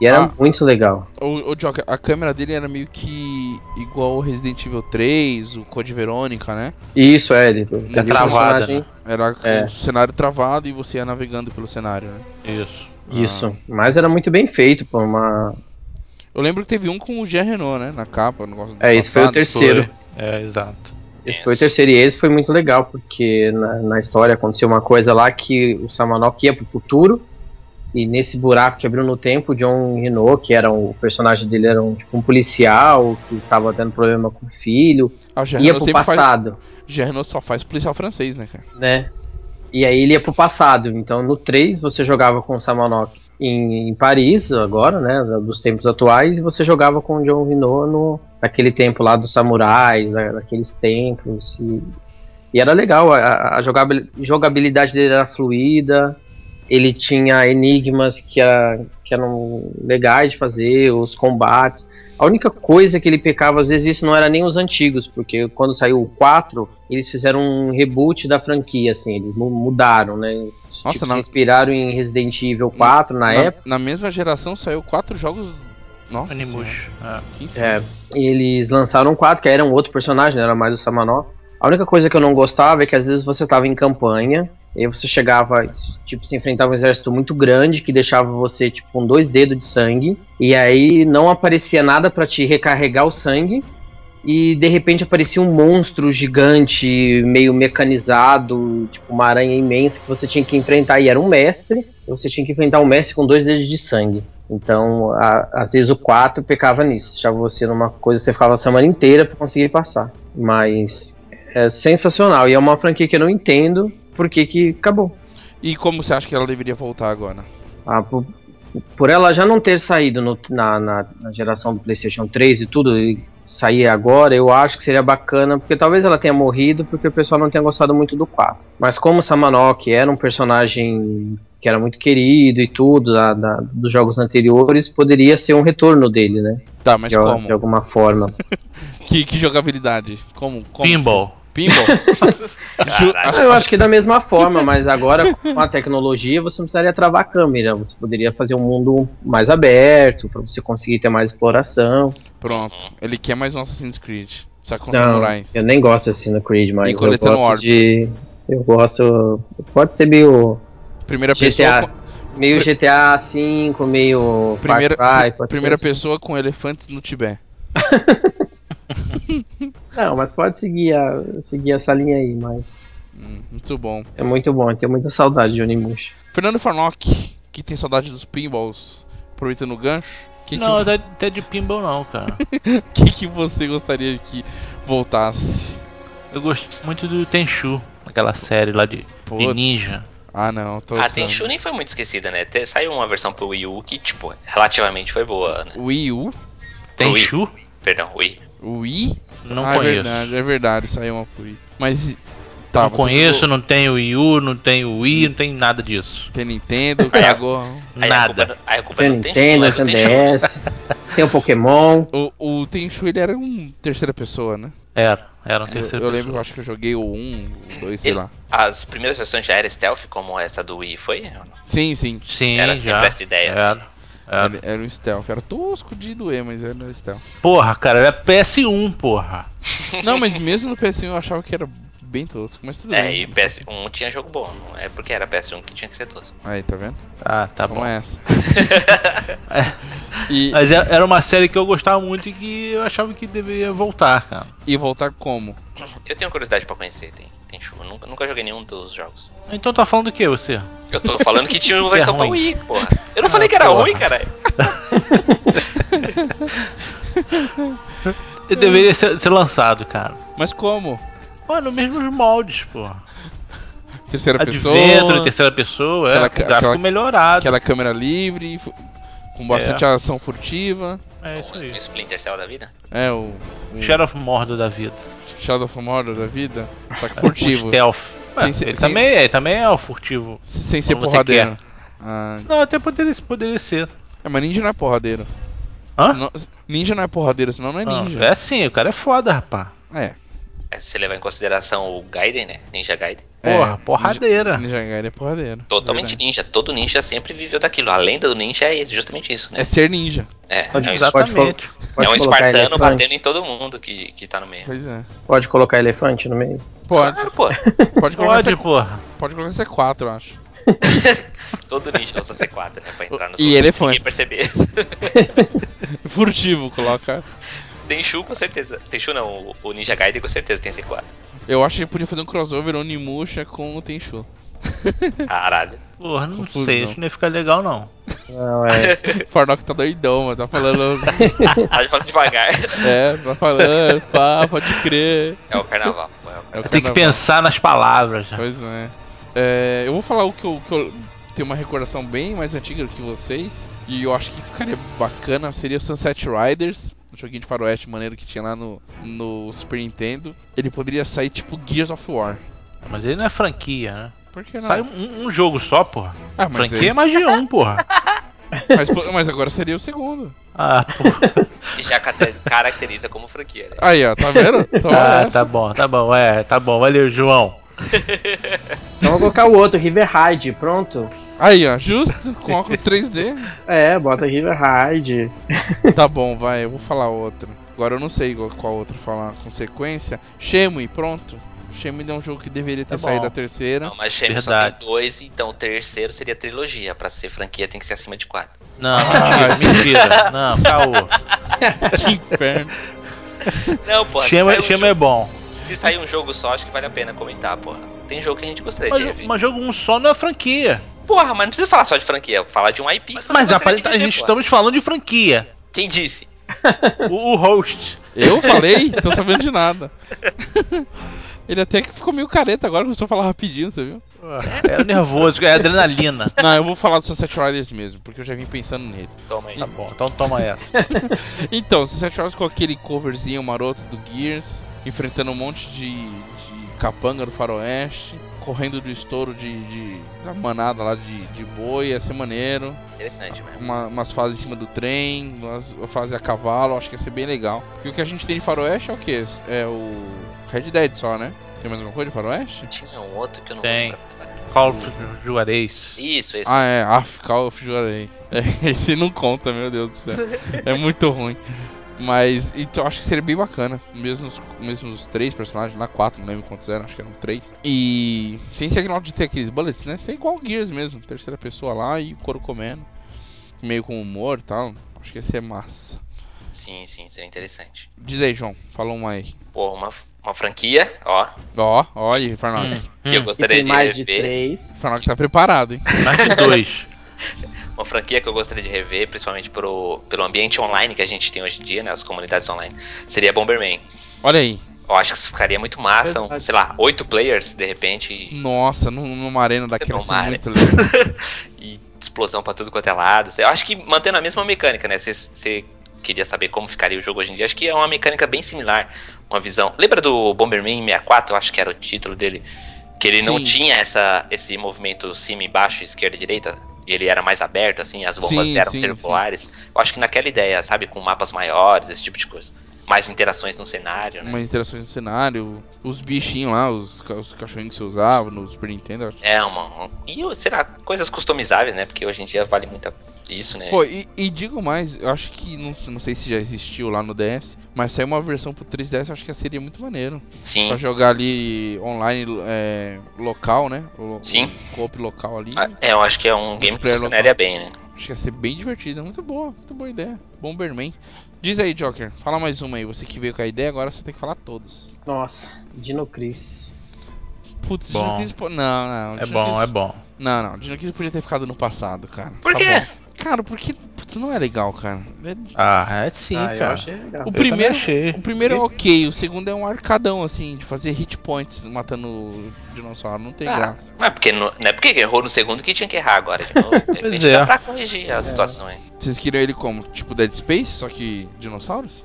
Speaker 4: E era
Speaker 1: Ah.
Speaker 4: muito legal.
Speaker 1: O, o Joker, a câmera dele era meio que igual o Resident Evil 3, o Code Verônica, né?
Speaker 4: E isso é, ele. Você viu o
Speaker 3: travada,
Speaker 4: personagem-
Speaker 3: né?
Speaker 1: Era
Speaker 4: É.
Speaker 1: o cenário travado e você ia navegando pelo cenário, né?
Speaker 3: Isso.
Speaker 4: Ah. Isso. Mas era muito bem feito, pô. Uma...
Speaker 1: Eu lembro que teve um com o Jean Renault, né? Na capa, o negócio do
Speaker 4: É, esse foi o
Speaker 1: passado.
Speaker 4: terceiro.
Speaker 3: Foi. É, exato.
Speaker 4: Esse foi o terceiro e esse foi muito legal, porque na, na história aconteceu uma coisa lá que o Samanok ia pro futuro, e nesse buraco que abriu no tempo, o John Renault, que era um- o personagem dele, era um, tipo um policial que tava tendo problema com o filho,
Speaker 1: Ah, o Jean
Speaker 4: ia
Speaker 1: Renault
Speaker 4: pro
Speaker 1: sempre faz.
Speaker 4: passado,
Speaker 1: Jean Renault só faz policial francês, né, cara?
Speaker 4: né? E aí ele ia pro passado. Então no 3 você jogava com o Samanok em, em Paris, agora, né? Dos tempos atuais, e você jogava com o John Renault no, naquele tempo lá dos samurais, né, naqueles tempos. E, e era legal, a, a jogabil- jogabilidade dele era fluida, ele tinha enigmas que, era- que eram legais de fazer, os combates. A única coisa que ele pecava, às vezes, isso não era nem os antigos, porque quando saiu o 4, eles fizeram um reboot da franquia, assim, eles mu- mudaram, né?
Speaker 1: Nossa,
Speaker 4: tipo,
Speaker 1: na-
Speaker 4: se inspiraram em Resident Evil 4 na, época.
Speaker 1: na mesma geração saiu quatro jogos. Nossa, senhora,
Speaker 3: Animus. É.
Speaker 1: que inferno.
Speaker 4: É, eles lançaram quatro, que era um outro personagem, né, era mais o Samanó. A única coisa que eu não gostava é que às vezes você tava em campanha, e aí você chegava, tipo, se enfrentava um exército muito grande que deixava você, tipo, com dois dedos de sangue, e aí não aparecia nada pra te recarregar o sangue, e de repente aparecia um monstro gigante, meio mecanizado, tipo, uma aranha imensa que você tinha que enfrentar, e era um mestre, você tinha que enfrentar um mestre com dois dedos de sangue. Então, a- às vezes o 4 pecava nisso. Deixava você numa coisa que você ficava a semana inteira pra conseguir passar. Mas é sensacional. E é uma franquia que eu não entendo por que que acabou.
Speaker 1: E como você acha que ela deveria voltar agora?
Speaker 4: Ah, por, por ela já não ter saído no- na, na- na geração do PlayStation 3 e tudo, e sair agora, eu acho que seria bacana. Porque talvez ela tenha morrido porque o pessoal não tenha gostado muito do 4. Mas como o Samanok era um personagem que era muito querido e tudo, da- da- dos jogos anteriores, poderia ser um retorno dele, né?
Speaker 1: Tá, mas
Speaker 4: de, al- de
Speaker 1: como?
Speaker 4: alguma forma.
Speaker 1: Que, que jogabilidade? Como? como
Speaker 3: Pinball.
Speaker 1: Pinball? Ju- acho-
Speaker 4: Ah, Eu acho que da mesma forma, mas agora com a tecnologia você não precisaria travar a câmera, você poderia fazer um mundo mais aberto pra você conseguir ter mais exploração.
Speaker 1: Pronto. Ele quer mais um Assassin's Creed. Só que com
Speaker 4: Não,
Speaker 1: samurais.
Speaker 4: eu nem gosto assim no Creed, mas
Speaker 1: E
Speaker 4: eu
Speaker 1: coletando
Speaker 4: gosto
Speaker 1: orbes.
Speaker 4: de eu gosto pode ser meio
Speaker 1: Primeira
Speaker 4: GTA.
Speaker 1: pessoa. com-
Speaker 4: meio
Speaker 1: Pri-
Speaker 4: GTA V, meio Far
Speaker 1: Primeira-
Speaker 4: Cry, pode
Speaker 1: Primeira
Speaker 4: ser assim.
Speaker 1: pessoa com elefantes no Tibete.
Speaker 4: Não, mas pode seguir a- seguir essa linha aí, mas
Speaker 1: Hum, muito bom.
Speaker 4: é muito bom, eu tenho muita saudade de Onimush.
Speaker 1: Fernando Farnock, que tem saudade dos pinballs, aproveitando o gancho. Que
Speaker 3: não,
Speaker 1: que,
Speaker 3: até, até de pinball não, cara.
Speaker 1: que que você gostaria que voltasse?
Speaker 3: Eu gosto muito do Tenchu, aquela série lá de, de
Speaker 1: Putz.
Speaker 3: ninja.
Speaker 1: Ah, não. Tô
Speaker 2: A
Speaker 1: ficando-
Speaker 2: Tenchu nem foi muito esquecida, né? Te- Saiu uma versão pro Wii U que, tipo, relativamente foi boa, né?
Speaker 1: Wii U?
Speaker 2: Pro Wii.
Speaker 3: Tenchu?
Speaker 2: Perdão, Wii.
Speaker 1: Wii?
Speaker 3: Não
Speaker 1: ah, é
Speaker 3: conheço.
Speaker 1: verdade, é verdade. Saiu uma Wii. Mas. e- Tá,
Speaker 3: não
Speaker 1: você
Speaker 3: conheço,
Speaker 1: jogou-
Speaker 3: não tenho Wii U, não tenho Wii, não tenho nada disso.
Speaker 1: Tem
Speaker 3: É.
Speaker 1: Nintendo, cagou.
Speaker 2: Aí A
Speaker 3: Nada.
Speaker 2: culpa, aí a culpa
Speaker 4: Tem
Speaker 2: não
Speaker 4: Nintendo,
Speaker 2: é do
Speaker 4: tem
Speaker 2: Tenchu.
Speaker 4: DS, tem o Pokémon.
Speaker 1: O, o Tenchu, ele era um terceira pessoa, né?
Speaker 3: Era, era um
Speaker 1: Eu,
Speaker 3: terceiro.
Speaker 1: eu lembro, eu acho que eu joguei o 1, o 2, sei
Speaker 2: Ele-
Speaker 1: lá.
Speaker 2: As primeiras versões já era stealth, como essa do Wii foi?
Speaker 1: Sim, sim.
Speaker 3: Sim,
Speaker 2: Era sempre
Speaker 3: já.
Speaker 2: essa ideia,
Speaker 3: Era.
Speaker 2: assim.
Speaker 3: Era.
Speaker 1: Ele- era um stealth. Era tosco de doer, mas era um stealth.
Speaker 3: Porra, cara, era PS1, porra.
Speaker 1: Não, mas mesmo no PS1 eu achava que era bem tosco, mas tudo
Speaker 2: É,
Speaker 1: bem.
Speaker 2: e PS1 tinha jogo bom, não é porque era PS1 que tinha que ser todo.
Speaker 1: Aí, tá vendo?
Speaker 3: Ah, tá
Speaker 1: Como
Speaker 3: bom.
Speaker 1: é essa. e,
Speaker 3: Mas é- era uma série que eu gostava muito e que eu achava que deveria voltar, cara.
Speaker 1: e voltar como?
Speaker 2: Eu tenho curiosidade pra conhecer, tem, tem chuva. Nunca, nunca joguei nenhum dos jogos.
Speaker 3: Então tá falando o que você?
Speaker 2: Eu tô falando que tinha uma versão pra
Speaker 3: ruim.
Speaker 2: Wii, porra. Eu não falei que era
Speaker 3: porra.
Speaker 2: ruim, caralho.
Speaker 3: Ele deveria ser, ser lançado, cara.
Speaker 1: Mas como?
Speaker 3: Mano, mesmos moldes, porra.
Speaker 1: Terceira pessoa,
Speaker 3: Adventure, terceira pessoa, é,
Speaker 1: Aquela-
Speaker 3: com gráfico
Speaker 1: aquela-
Speaker 3: melhorado.
Speaker 1: aquela câmera livre, fu- com bastante ação furtiva.
Speaker 3: É isso
Speaker 2: Um
Speaker 3: aí.
Speaker 2: Splinter Cell da vida?
Speaker 1: É, o, o
Speaker 3: Shadow of Mordor da vida.
Speaker 1: Shadow of Mordor da vida. Só que
Speaker 3: O
Speaker 1: furtivo.
Speaker 3: stealth.
Speaker 1: Sim,
Speaker 3: É,
Speaker 1: sim,
Speaker 3: ele
Speaker 1: sim.
Speaker 3: também é, ele também é o furtivo.
Speaker 1: sem ser
Speaker 3: Como você
Speaker 1: porradeiro. Ah,
Speaker 3: Não, até poderia, poderia ser.
Speaker 1: é, mas ninja não é porradeiro.
Speaker 3: Hã?
Speaker 1: Não- ninja não é porradeiro, senão não é
Speaker 3: Não,
Speaker 1: ninja.
Speaker 3: é assim, o cara é foda, rapá.
Speaker 1: É.
Speaker 2: É, Se você levar em consideração o Gaiden, né? Ninja Gaiden.
Speaker 3: Porra, porradeira.
Speaker 1: Ninja Gaiden é porradeira.
Speaker 2: Totalmente
Speaker 1: verdade.
Speaker 2: ninja. Todo ninja sempre viveu daquilo. A lenda do ninja é justamente isso, né?
Speaker 1: É ser ninja.
Speaker 2: É, é,
Speaker 4: Pode-
Speaker 2: um,
Speaker 4: pode
Speaker 3: Exatamente.
Speaker 2: é um
Speaker 4: colocar
Speaker 2: espartano
Speaker 4: elefante?
Speaker 2: batendo em todo mundo que, que tá no meio.
Speaker 1: Pois é.
Speaker 4: Pode colocar elefante no meio?
Speaker 1: Pode,
Speaker 2: Claro, pô.
Speaker 1: pode colocar
Speaker 3: Pode,
Speaker 1: C4,
Speaker 3: porra.
Speaker 1: pode colocar C4, eu acho.
Speaker 2: Todo ninja usa C4, né? Pra entrar no
Speaker 1: E elefantes.
Speaker 2: Ninguém perceber.
Speaker 1: Furtivo, coloca.
Speaker 2: Tenchu com certeza. Tenchu não, o- o Ninja Gaiden com certeza tem C4.
Speaker 1: Eu acho que podia fazer um crossover Onimusha com o Tenchu.
Speaker 2: Caralho.
Speaker 3: Porra, não
Speaker 1: Confusão.
Speaker 3: sei, isso não ia ficar legal, não.
Speaker 4: Não, é.
Speaker 1: O Farnock tá doidão, mano. Tá falando.
Speaker 2: Ela fala devagar.
Speaker 1: é, tá falando. Pá, pode crer.
Speaker 2: É o carnaval. pô, é o carnaval.
Speaker 1: É o
Speaker 3: Tem que
Speaker 1: carnaval.
Speaker 3: pensar nas palavras.
Speaker 1: Pois é. É, Eu vou falar o que eu, que eu tenho uma recordação bem mais antiga do que vocês. E eu acho que ficaria bacana. Seria o Sunset Riders. Um joguinho de faroeste maneiro que tinha lá no, no Super Nintendo. Ele poderia sair tipo Gears of War.
Speaker 3: Mas ele não é franquia, né?
Speaker 1: Por que não?
Speaker 3: Sai um, um jogo só, porra.
Speaker 1: Ah,
Speaker 3: franquia é
Speaker 1: eles-
Speaker 3: mais de um, porra.
Speaker 1: mas, pô, mas agora seria o segundo.
Speaker 3: Ah, porra.
Speaker 2: E já cate- caracteriza como franquia, né?
Speaker 1: Aí, ó, tá vendo? Toma
Speaker 3: Ah,
Speaker 1: essa.
Speaker 3: tá bom, tá bom, é, tá bom. Valeu, João.
Speaker 4: Então vou colocar o outro, River Ride, pronto.
Speaker 1: Aí, ó, justo, com óculos 3D.
Speaker 4: É, bota River Ride.
Speaker 1: Tá bom, vai, eu vou falar outra. Agora eu não sei qual- qual outra falar com sequência. Shemui, pronto. Shemui é um jogo que deveria ter
Speaker 3: Tá bom.
Speaker 1: saído a terceira.
Speaker 2: Não, mas Shemui só tem
Speaker 3: Verdade.
Speaker 2: dois, então o terceiro seria trilogia. Pra ser franquia tem que ser acima de quatro.
Speaker 3: Não, mentira, mentira. Não, caô.
Speaker 1: que inferno.
Speaker 2: Não, porra, se
Speaker 3: Chama,
Speaker 2: sair um
Speaker 3: chama é bom.
Speaker 2: jogo- se sair um jogo só, acho que vale a pena comentar, porra. Tem jogo que a gente gostaria de
Speaker 3: Mas,
Speaker 2: rever.
Speaker 3: mas jogo um só não é franquia.
Speaker 2: Porra, mas não precisa falar só de franquia, falar de um IP. que
Speaker 3: Mas
Speaker 2: você gostaria
Speaker 3: aparenta,
Speaker 2: de
Speaker 3: a
Speaker 2: rever,
Speaker 3: gente
Speaker 2: porra.
Speaker 3: estamos falando de franquia.
Speaker 2: Quem disse?
Speaker 3: O, o host.
Speaker 1: Eu falei? Tô sabendo de nada. Ele até que ficou meio careta agora, começou a falar rapidinho, você viu?
Speaker 3: É o nervoso, é a adrenalina.
Speaker 1: Não, eu vou falar do Sunset Riders mesmo, porque eu já vim pensando nele.
Speaker 2: Toma aí.
Speaker 3: Tá bom, então toma essa.
Speaker 1: Então, Sunset Riders com aquele coverzinho maroto do Gears, enfrentando um monte de, de capanga do faroeste, correndo do estouro de, de- da manada lá de, de boi, ia ser maneiro.
Speaker 2: Interessante, né? mano.
Speaker 1: Uma- umas fases em cima do trem, umas uma fase a cavalo, acho que ia ser bem legal. Porque o que a gente tem de faroeste é o quê? É o Red Dead só, né? Tem mais alguma coisa de faroeste?
Speaker 2: Tinha um outro que eu não
Speaker 3: Tem.
Speaker 2: lembro.
Speaker 3: Call of Juarez.
Speaker 2: Isso, esse.
Speaker 1: Ah, é, Af, Call of Juarez. É, esse não conta, meu Deus do céu. É muito ruim. Mas, então, acho que seria bem bacana. Mesmo os, mesmo os três personagens, lá quatro, não lembro quantos eram, acho que eram três. E sem ser aquele de ter aqueles bullets, né? Sem igual Gears mesmo. Terceira pessoa lá e o couro comendo. Meio com humor e tal. Acho que ia ser massa.
Speaker 2: Sim, sim, seria interessante.
Speaker 1: Diz aí, João. Fala uma aí.
Speaker 2: Pô, uma, uma franquia, ó,
Speaker 1: Ó, olha aí, Farnock.
Speaker 2: que eu
Speaker 3: Hum,
Speaker 4: E
Speaker 2: gostaria
Speaker 4: tem
Speaker 2: de
Speaker 4: mais de
Speaker 2: rever.
Speaker 4: três.
Speaker 1: Farnock tá preparado, hein?
Speaker 3: mais que dois.
Speaker 2: uma franquia que eu gostaria de rever, principalmente pro, pelo ambiente online que a gente tem hoje em dia, né? As comunidades online, seria Bomberman.
Speaker 1: Olha aí.
Speaker 2: Eu acho que isso ficaria muito massa, um,
Speaker 4: Verdade.
Speaker 2: sei lá, oito players de repente e,
Speaker 1: Nossa, num- numa arena daquela assim,
Speaker 2: Numa área.
Speaker 1: muito legal.
Speaker 2: e explosão pra tudo quanto é lado. Eu acho que mantendo a mesma mecânica, né? Você queria saber como ficaria o jogo hoje em dia, acho que é uma mecânica bem similar, uma visão. Lembra do Bomberman 64, eu acho que era o título dele, que ele não
Speaker 1: Sim.
Speaker 2: tinha essa, esse movimento cima e baixo, esquerda e direita? e Ele era mais aberto, assim, as bombas
Speaker 1: Sim,
Speaker 2: eram
Speaker 1: sim,
Speaker 2: circulares. Eu acho que naquela ideia, sabe, com mapas maiores, esse tipo de coisa. Mais interações no cenário, né?
Speaker 1: umas interações no cenário, os bichinhos lá, os, ca- os cachorrinhos que você usava no Super Nintendo.
Speaker 2: É, uma. um- E o- será coisas customizáveis, né? Porque hoje em dia vale muito a- isso, né?
Speaker 1: Pô, e, e digo mais, eu acho que, não, não sei se já existiu lá no DS, mas saiu uma versão pro 3DS, eu acho que seria muito maneiro. Pra
Speaker 2: Sim.
Speaker 1: jogar ali online, é, local, né? O,
Speaker 2: Sim.
Speaker 1: O co-op local ali.
Speaker 2: Ah, É, eu acho que é um game que
Speaker 1: Multiplayer
Speaker 2: funcionaria bem, né?
Speaker 1: Acho que ia ser bem divertido, é muito boa, muito boa ideia. Bomberman. Diz aí, Joker, fala mais uma aí. Você que veio com a ideia, agora você tem que falar todos.
Speaker 4: Nossa, Dinocrisis.
Speaker 1: Putz,
Speaker 3: Bom.
Speaker 1: Dino Crisis... po- Não, não.
Speaker 3: É
Speaker 1: Dino
Speaker 3: bom, é
Speaker 1: Crisis-
Speaker 3: bom.
Speaker 1: Não, não. Dino Crisis podia ter ficado no passado, cara.
Speaker 2: Por
Speaker 1: Tá
Speaker 2: quê?
Speaker 1: bom. Cara, porque putz, não é legal, cara. É-
Speaker 3: Ah, é sim,
Speaker 4: ah, eu
Speaker 3: cara.
Speaker 4: achei legal.
Speaker 1: O,
Speaker 3: também
Speaker 1: primeiro,
Speaker 3: achei.
Speaker 1: o primeiro é ok, o segundo é um arcadão, assim, de fazer hit points matando o dinossauro. Não tem
Speaker 2: Ah,
Speaker 1: graça.
Speaker 2: Mas porque não, não é porque errou no segundo que tinha que errar agora de novo. De repente
Speaker 3: é.
Speaker 2: dá pra corrigir as situações.
Speaker 1: Vocês queriam ele como? Tipo Dead Space, só que dinossauros?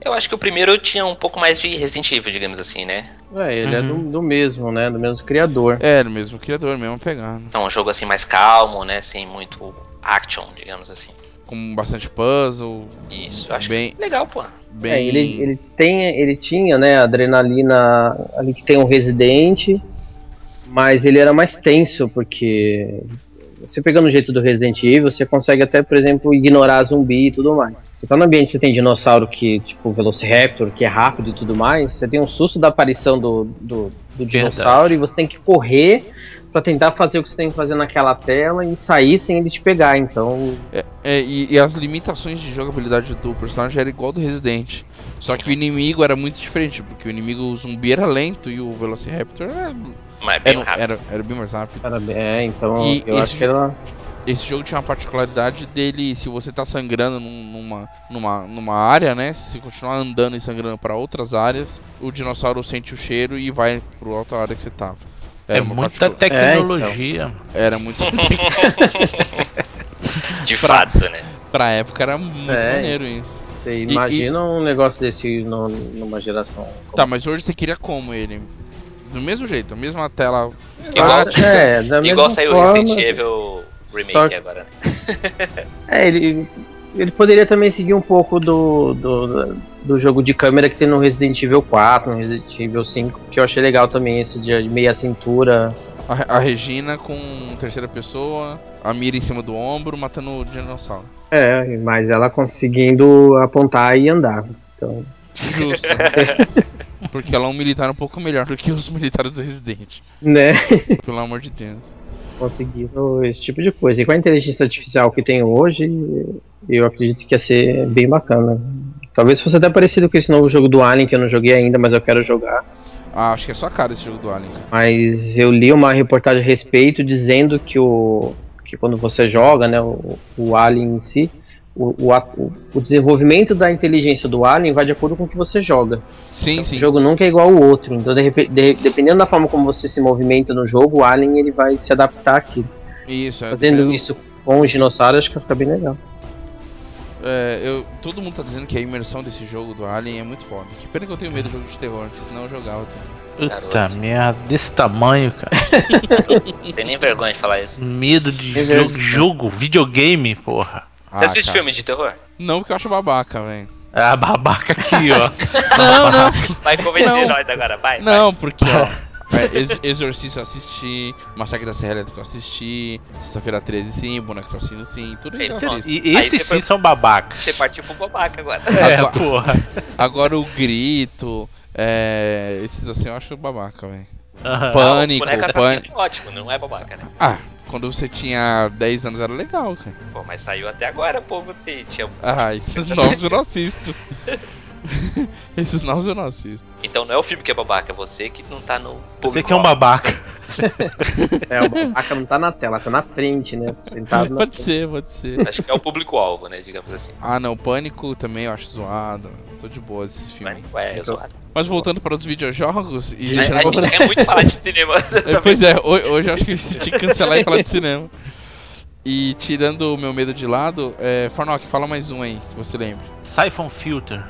Speaker 2: Eu acho que o primeiro tinha um pouco mais de Resident Evil, digamos assim, né?
Speaker 4: É, ele é
Speaker 3: Uhum.
Speaker 4: do, do mesmo, né? Do mesmo criador.
Speaker 1: É, no mesmo criador, mesmo pegando.
Speaker 2: Então, um jogo assim mais calmo, né? Sem muito action, digamos assim.
Speaker 1: Com bastante puzzle,
Speaker 2: Isso, eu acho
Speaker 1: Bem-
Speaker 2: que legal, pô.
Speaker 1: bem.
Speaker 4: É, ele, ele, tem, ele tinha, né, a adrenalina ali que tem um residente. Mas ele era mais tenso, porque você pegando o jeito do Resident Evil, você consegue até, por exemplo, ignorar zumbi e tudo mais. Você tá no ambiente que você tem dinossauro que, tipo, Velociraptor, que é rápido e tudo mais, você tem um susto da aparição do, do, do dinossauro e você tem que correr pra tentar fazer o que você tem que fazer naquela tela e sair sem ele te pegar, então.
Speaker 1: É, é, e, e as limitações de jogabilidade do personagem era igual do Resident. Só que o inimigo era muito diferente, porque o inimigo o zumbi era lento e o Velociraptor era,
Speaker 2: Mas é bem
Speaker 1: era,
Speaker 2: rápido.
Speaker 1: era, era bem mais rápido.
Speaker 4: Cara, é, então
Speaker 1: E
Speaker 4: eu
Speaker 1: esse-
Speaker 4: acho que era.
Speaker 1: Esse jogo tinha uma particularidade dele, se você tá sangrando num- numa, numa, numa área, né? Se continuar andando e sangrando para outras áreas, o dinossauro sente o cheiro e vai pro outra área que você tava.
Speaker 3: É
Speaker 1: uma
Speaker 3: muita
Speaker 1: particula-
Speaker 3: tecnologia.
Speaker 1: Era muito.
Speaker 2: De fato, né?
Speaker 1: pra época era muito
Speaker 4: É.
Speaker 1: maneiro isso.
Speaker 4: Você imagina um negócio desse no- numa geração. como-
Speaker 1: Tá, mas hoje você queria como ele? Do mesmo jeito, a mesma tela
Speaker 2: Igual-
Speaker 1: estática.
Speaker 4: É, da mesma
Speaker 2: Igual saiu o
Speaker 4: forma,
Speaker 2: Resident Evil Remake
Speaker 4: só que-
Speaker 2: agora, né?
Speaker 4: É, ele, ele poderia também seguir um pouco do, do, do jogo de câmera que tem no Resident Evil 4, no Resident Evil 5, que eu achei legal também esse de meia cintura.
Speaker 1: A, a Regina com terceira pessoa, a mira em cima do ombro, matando o dinossauro.
Speaker 4: É, mas ela conseguindo apontar e andar. Então,
Speaker 1: Justo. Porque ela é um militar um pouco melhor do que os militares do Resident.
Speaker 4: né,
Speaker 1: Pelo amor de Deus.
Speaker 4: conseguindo esse tipo de coisa. E com a inteligência artificial que tem hoje, eu acredito que ia ser bem bacana. Talvez fosse até parecido com esse novo jogo do Alien, que eu não joguei ainda, mas eu quero jogar.
Speaker 1: Ah, acho que é só cara esse jogo do Alien. cara.
Speaker 4: mas eu li uma reportagem a respeito dizendo que o que quando você joga, né, o, o Alien em si, o, o, a- o desenvolvimento da inteligência do Alien vai de acordo com o que você joga.
Speaker 1: Sim,
Speaker 4: O
Speaker 1: sim.
Speaker 4: jogo nunca é igual ao outro, então de repe- de- dependendo da forma como você se movimenta no jogo, o Alien ele vai se adaptar aqui.
Speaker 1: Isso, é.
Speaker 4: Fazendo
Speaker 1: dependendo-
Speaker 4: isso com os dinossauros, acho que vai ficar bem legal.
Speaker 1: é, eu, todo mundo tá dizendo que a imersão desse jogo do Alien é muito foda. Que pena que eu tenho medo de jogo de terror, que senão eu jogava também.
Speaker 3: Puta
Speaker 2: Garoto.
Speaker 3: merda, desse tamanho, cara.
Speaker 2: Não tem nem vergonha de falar isso.
Speaker 3: Medo de
Speaker 4: É
Speaker 3: jogo,
Speaker 4: verdade.
Speaker 3: jogo, videogame, porra.
Speaker 2: Você
Speaker 1: Ah,
Speaker 2: assiste
Speaker 1: cara.
Speaker 2: filme de terror?
Speaker 1: Não, porque eu acho babaca, velho.
Speaker 3: Ah, babaca aqui, ó.
Speaker 1: Não, não.
Speaker 2: Vai
Speaker 1: Não.
Speaker 2: convencer nós agora, vai.
Speaker 1: Não, porque, ó. é, Ex Exorcista eu assisti, Massacre da Serra Elétrica eu assisti, Sexta-feira 13 sim, Boneco Assassino sim, tudo isso eu
Speaker 2: Então,
Speaker 1: assisto.
Speaker 3: E
Speaker 2: Aí
Speaker 3: esses
Speaker 2: você
Speaker 3: sim
Speaker 2: foi-
Speaker 3: são babacas.
Speaker 2: Você partiu pro babaca agora.
Speaker 3: É,
Speaker 1: Agora-
Speaker 3: porra.
Speaker 1: Agora o Grito, é, esses assim eu acho babaca, velho.
Speaker 3: Aham.
Speaker 1: Pânico,
Speaker 2: Boneca
Speaker 1: Pânico.
Speaker 2: Ah, assassino, ótimo, não é babaca, né?
Speaker 1: Ah, quando você tinha 10 anos era legal, cara.
Speaker 2: Pô, mas saiu até agora, povo. tem- Tinha... um-
Speaker 1: Ah, esses novos eu não assisto. esses novos eu não assisto.
Speaker 2: Então não é o filme que é babaca, é você que não tá no público.
Speaker 3: Você que é um babaca.
Speaker 4: É, o Baca não tá na tela, tá na frente, né?
Speaker 2: Tá
Speaker 4: Sentado na
Speaker 1: Pode ser, pode ser.
Speaker 2: Acho que é o público-alvo, né? Digamos assim.
Speaker 1: Ah, não, Pânico também eu acho zoado. Tô de boa esses filmes.
Speaker 2: Pânico é
Speaker 3: Então,
Speaker 2: zoado.
Speaker 1: Mas voltando para os videojogos e
Speaker 2: A,
Speaker 1: já
Speaker 2: a gente quer muito falar de cinema.
Speaker 1: É, pois é, ho- hoje eu acho que se tinha que cancelar e falar de cinema. E tirando o meu medo de lado, é, Farnock, fala mais um aí, que você lembra.
Speaker 3: Siphon Filter.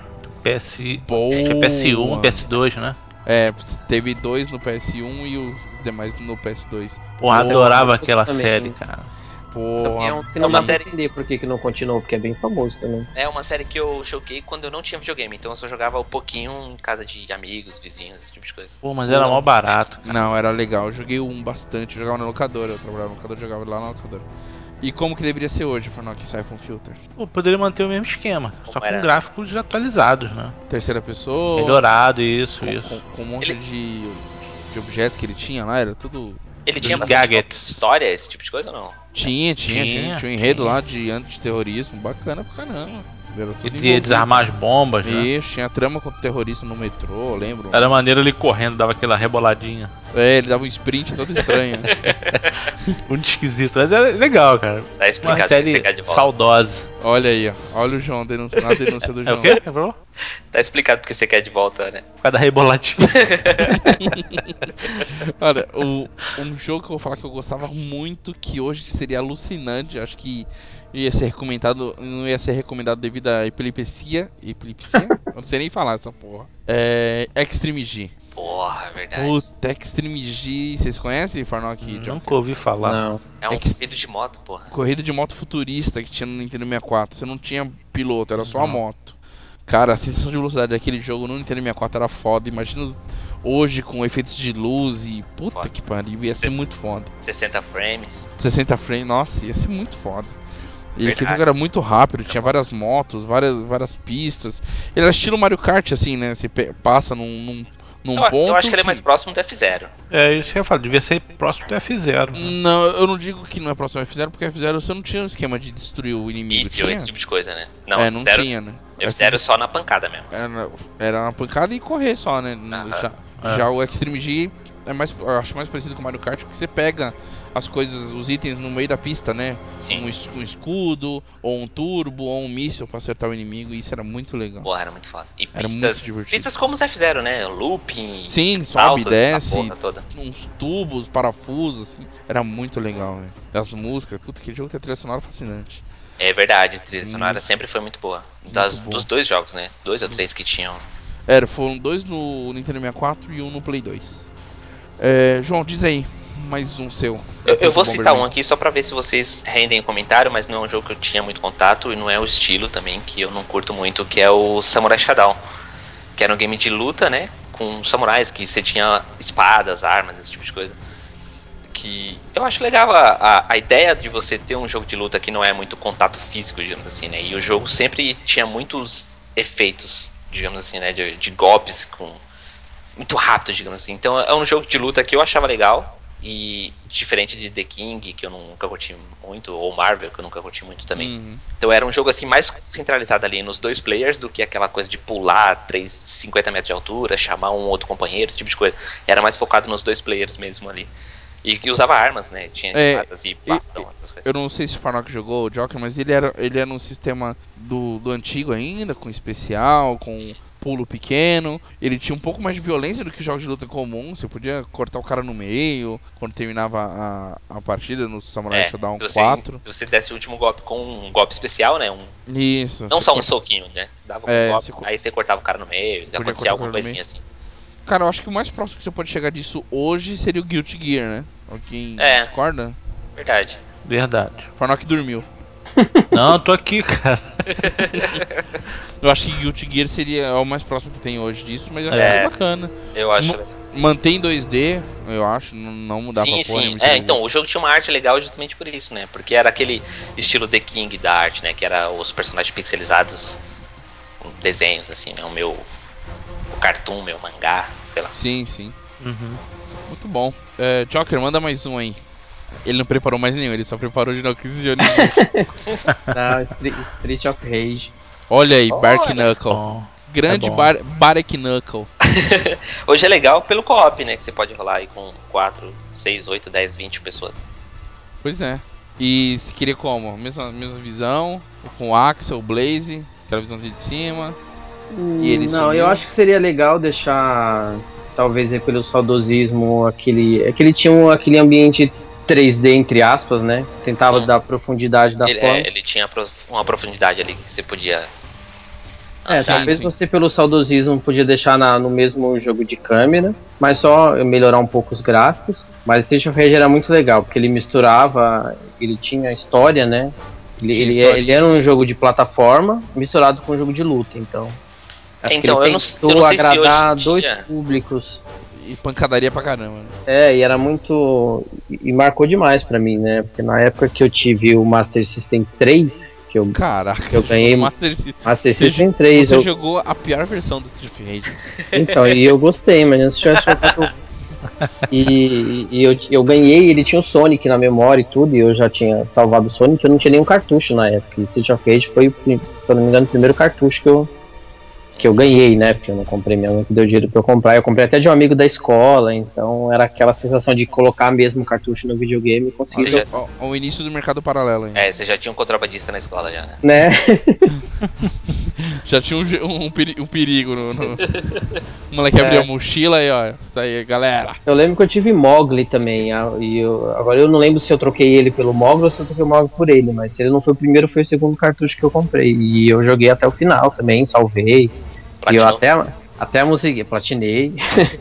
Speaker 3: PS...
Speaker 1: Boa.
Speaker 3: Acho que é
Speaker 1: Hum.
Speaker 3: PS1, PS2, né?
Speaker 1: É, teve dois no PS1 e os demais no PS2.
Speaker 3: Porra,
Speaker 4: Boa,
Speaker 3: adorava
Speaker 4: mas
Speaker 3: aquela
Speaker 4: também-
Speaker 3: série, cara.
Speaker 1: Porra.
Speaker 4: É um que
Speaker 2: É
Speaker 4: não
Speaker 2: uma
Speaker 4: dá pra
Speaker 2: série-
Speaker 4: entender por que, que não continuou, porque é bem famoso também.
Speaker 2: É uma série que eu joguei quando eu não tinha videogame, então eu só jogava um pouquinho em casa de amigos, vizinhos, esse tipo de coisa.
Speaker 3: Pô, mas era
Speaker 2: Não,
Speaker 3: mó barato.
Speaker 1: Não, era legal. Eu joguei um bastante. Eu jogava na locadora. Eu trabalhava na locadora, eu jogava lá na locadora. E como que deveria ser hoje, Farnock, Siphon Filter?
Speaker 3: Pô, poderia manter o mesmo esquema, só
Speaker 2: Como era?
Speaker 3: com gráficos atualizados, né?
Speaker 1: Terceira pessoa.
Speaker 3: Melhorado, isso,
Speaker 1: Com,
Speaker 3: isso.
Speaker 1: com- com um monte de, de objetos que ele tinha lá. Era tudo
Speaker 2: Ele tinha
Speaker 3: Dos
Speaker 2: bastante
Speaker 3: gadgets.
Speaker 2: história, esse tipo de coisa ou não?
Speaker 1: Tinha, tinha, tinha,
Speaker 3: Tinha,
Speaker 1: tinha um enredo
Speaker 3: tinha.
Speaker 1: lá de antiterrorismo, bacana pra caramba. Era tudo
Speaker 3: E de
Speaker 1: envolvido.
Speaker 3: desarmar as bombas, né?
Speaker 1: Isso, tinha trama contra o terrorista no metrô, eu lembro.
Speaker 3: Era maneiro ele correndo, dava aquela reboladinha.
Speaker 1: É, ele dava um sprint todo estranho. né?
Speaker 3: Muito esquisito, mas era legal, cara.
Speaker 2: Tá
Speaker 3: Uma
Speaker 2: explicado por que você quer de
Speaker 3: série
Speaker 2: volta.
Speaker 3: saudosa.
Speaker 1: olha aí, ó. Olha o João, denun- na denúncia do
Speaker 3: É
Speaker 1: João.
Speaker 3: o quê? Você falou?
Speaker 2: Tá explicado porque você quer de volta, né?
Speaker 3: Por causa da reboladinha.
Speaker 1: Olha, o- um jogo que eu vou falar que eu gostava muito, que hoje seria alucinante, acho que ia ser recomendado, não ia ser recomendado devido à epilepsia. Epilepsia? Eu não sei nem falar essa porra. É. Extreme G.
Speaker 2: Porra, é verdade.
Speaker 1: Puta, Extreme G. Vocês conhecem, Farnock e João?
Speaker 3: Nunca ouvi falar.
Speaker 4: Não.
Speaker 2: É um
Speaker 1: é que-
Speaker 2: pedido de moto, porra.
Speaker 1: Corrida de moto futurista que tinha no Nintendo 64. Você não tinha piloto, era só a
Speaker 3: Não.
Speaker 1: moto. Cara, a sensação de velocidade daquele jogo no Nintendo 64 era foda. Imagina os- hoje com efeitos de luz e puta que pariu, ia ser muito foda.
Speaker 2: 60 frames.
Speaker 1: 60 frames, nossa, ia ser muito foda. Ele
Speaker 2: Verdade.
Speaker 1: aquele jogo era muito rápido, tinha várias motos, várias, várias pistas. Ele era estilo Mario Kart, assim, né? Você pe- passa num, num, num
Speaker 2: eu,
Speaker 1: um ponto.
Speaker 2: eu acho que ele é mais próximo do F0.
Speaker 3: É isso que eu falo, devia ser próximo do F0. né?
Speaker 1: Não, eu não digo que não é próximo ao F0, porque F0 você não tinha um esquema de destruir o inimigo.
Speaker 2: Isso,
Speaker 1: tinha?
Speaker 2: esse tipo de coisa, né? Não,
Speaker 1: é, não
Speaker 2: F0,
Speaker 1: tinha, né?
Speaker 2: F0 só na pancada mesmo.
Speaker 1: Era, era na pancada e correr só, né? Não-
Speaker 2: Aham.
Speaker 1: já,
Speaker 3: É.
Speaker 1: já o Extreme G é mais, eu acho mais parecido com o Mario Kart, porque você pega as coisas, os itens no meio da pista, né? Um,
Speaker 2: Sim.
Speaker 1: es- um escudo, ou um turbo, ou um míssil pra acertar o inimigo, e isso era muito legal.
Speaker 2: Porra, era muito foda. E
Speaker 1: Era muito
Speaker 2: pistas,
Speaker 1: divertido.
Speaker 2: pistas como os F0, né? Looping,
Speaker 1: Sim, sobe,
Speaker 2: saltos, a
Speaker 1: desce,
Speaker 2: porra toda.
Speaker 1: uns tubos, parafusos, assim. Era muito legal, velho. As músicas, puta, aquele jogo tem trilha sonora fascinante.
Speaker 2: É verdade, a trilha
Speaker 1: Hum.
Speaker 2: sonora sempre foi muito boa. Das-
Speaker 1: Muito boa.
Speaker 2: dos dois jogos, né? Dois ou três que tinham.
Speaker 1: Era, É, foram dois no Nintendo 64 e um no Play 2. É, João, diz aí, mais um seu.
Speaker 2: Eu, eu vou
Speaker 1: Bomberman.
Speaker 2: citar um aqui só pra ver se vocês rendem comentário, mas não é um jogo que eu tinha muito contato e não é o estilo também que eu não curto muito, que é o Samurai Shadow, que era um game de luta, né, com samurais que você tinha espadas, armas, esse tipo de coisa. Que eu acho legal a, a, a ideia de você ter um jogo de luta que não é muito contato físico, digamos assim, né? E o jogo sempre tinha muitos efeitos, digamos assim, né, de, de golpes com muito rápido, digamos assim. Então é um jogo de luta que eu achava legal. E diferente de The King, que eu nunca curti muito, ou Marvel, que eu nunca curti muito também.
Speaker 1: Uhum.
Speaker 2: Então era um jogo assim mais centralizado ali nos dois players do que aquela coisa de pular 3, 50 metros de altura, chamar um outro companheiro, esse tipo de coisa. Era mais focado nos dois players mesmo ali. E que usava armas, né? Tinha
Speaker 1: É,
Speaker 2: espadas e bastão, essas coisas.
Speaker 1: Eu não sei se o Farnock jogou o Joker, mas ele era, ele era um sistema do, do antigo ainda, com especial, com pulo pequeno. Ele tinha um pouco mais de violência do que os jogos de luta comum. Você podia cortar o cara no meio quando terminava a, a partida no Samurai
Speaker 2: É,
Speaker 1: Shodown
Speaker 2: se, você,
Speaker 1: 4.
Speaker 2: se você desse o último golpe com um golpe especial, né? Um,
Speaker 1: Isso.
Speaker 2: não
Speaker 1: você
Speaker 2: só um
Speaker 1: corta-
Speaker 2: soquinho, né? Você dava um
Speaker 1: É,
Speaker 2: golpe,
Speaker 1: você co-
Speaker 2: aí você cortava o cara no meio, já
Speaker 1: Podia
Speaker 2: acontecia
Speaker 1: cortar o
Speaker 2: alguma
Speaker 1: cara no
Speaker 2: coisinha assim.
Speaker 1: Cara, eu acho que o mais próximo que você pode chegar disso hoje seria o Guilty Gear, né? Alguém
Speaker 2: É.
Speaker 1: discorda?
Speaker 2: Verdade.
Speaker 3: Verdade.
Speaker 1: Farnock dormiu.
Speaker 3: Não, eu tô aqui, cara.
Speaker 1: Eu acho que Guilty Gear seria o mais próximo que tem hoje disso, mas eu acho
Speaker 2: É.
Speaker 1: que é bacana.
Speaker 2: Eu acho. né?
Speaker 1: Mu- Mantém 2D, eu acho, n- não mudar
Speaker 2: sim,
Speaker 1: pra né, porra
Speaker 2: sim.
Speaker 1: nenhuma
Speaker 2: É,
Speaker 1: 3D.
Speaker 2: então, o jogo tinha uma arte legal justamente por isso, né? Porque era aquele estilo The King da arte, né? Que era os personagens pixelizados com desenhos, assim, né? O meu. O cartoon, meu mangá, sei lá.
Speaker 1: Sim, sim.
Speaker 3: Uhum.
Speaker 1: Muito bom. É, Joker, manda mais um aí. Ele não preparou mais nenhum, ele só preparou de Nox e Johnny. Cage.
Speaker 4: Não, Street, tá Street of Rage.
Speaker 1: Olha aí,
Speaker 2: Olha.
Speaker 1: Bark Knuckle.
Speaker 3: Bom.
Speaker 1: Grande
Speaker 3: bom.
Speaker 1: bar Barek Knuckle.
Speaker 2: Hoje é legal pelo co-op, né? Que você pode rolar aí com 4, 6, 8, 10, 20 pessoas.
Speaker 1: Pois é. E se queria como? Mesma, mesma visão, com Axel, Blaze, aquela visãozinha de cima. E ele
Speaker 4: não,
Speaker 1: sumiu?
Speaker 4: eu acho que seria legal deixar, talvez aí pelo saudosismo, aquele. É que ele tinha um- aquele ambiente 3D, entre aspas, né? Tentava
Speaker 2: Sim.
Speaker 4: dar profundidade da
Speaker 2: Ele,
Speaker 4: forma.
Speaker 2: é, ele tinha prof- uma profundidade ali que você podia.
Speaker 4: É,
Speaker 1: Sim,
Speaker 4: talvez
Speaker 1: sim.
Speaker 4: você, pelo saudosismo, podia deixar na- no mesmo jogo de câmera, mas só melhorar um pouco os gráficos. Mas Street of Rage era muito legal, porque ele misturava, ele tinha história, né? Ele,
Speaker 1: Tinha
Speaker 4: ele é-
Speaker 1: história.
Speaker 4: ele era um jogo de plataforma misturado com um jogo de luta, então. Acho
Speaker 2: Então,
Speaker 4: que
Speaker 2: eu
Speaker 4: ele
Speaker 2: não-
Speaker 4: tentou
Speaker 2: eu não sei se
Speaker 4: agradar
Speaker 2: hoje em
Speaker 4: dois
Speaker 2: dia-
Speaker 4: públicos.
Speaker 1: E pancadaria pra caramba. né?
Speaker 4: É, e era muito. E e marcou demais pra mim, né? Porque na época que eu tive o Master System 3, que eu.
Speaker 1: Caraca,
Speaker 4: Eu
Speaker 1: você
Speaker 4: ganhei-
Speaker 1: jogou Master System.
Speaker 4: Master
Speaker 1: Você
Speaker 4: System 3,
Speaker 1: Você
Speaker 4: eu,
Speaker 1: jogou a pior versão do Street Fighter.
Speaker 4: Então, e eu gostei, mas se tivesse jogado. E, e eu, eu ganhei, ele tinha o Sonic na memória e tudo, e eu já tinha salvado o Sonic, eu não tinha nenhum cartucho na época. E Street of Rage foi, o prim- se eu não me engano, o primeiro cartucho que eu, que eu ganhei, né? Porque eu não comprei, minha mãe que deu dinheiro pra eu comprar. Eu comprei até de um amigo da escola, então era aquela sensação de colocar mesmo o cartucho no videogame e conseguir
Speaker 2: Você já-
Speaker 1: Ao, ao início do mercado paralelo ainda.
Speaker 2: É, você já tinha um contrabandista na escola já, né?
Speaker 4: jogar, né?
Speaker 1: Já tinha um, ge- um, peri- um perigo no. no- o moleque
Speaker 2: É.
Speaker 1: abriu a mochila e ó, isso aí, galera.
Speaker 4: Eu lembro que eu tive Mogli também, a- e eu- agora eu não lembro se eu troquei ele pelo Mogli ou se eu troquei o Mogli por ele, mas se ele não foi o primeiro, foi o segundo cartucho que eu comprei. E eu joguei até o final também, salvei. E eu
Speaker 2: Platinou.
Speaker 4: até, até a musiquinha, platinei.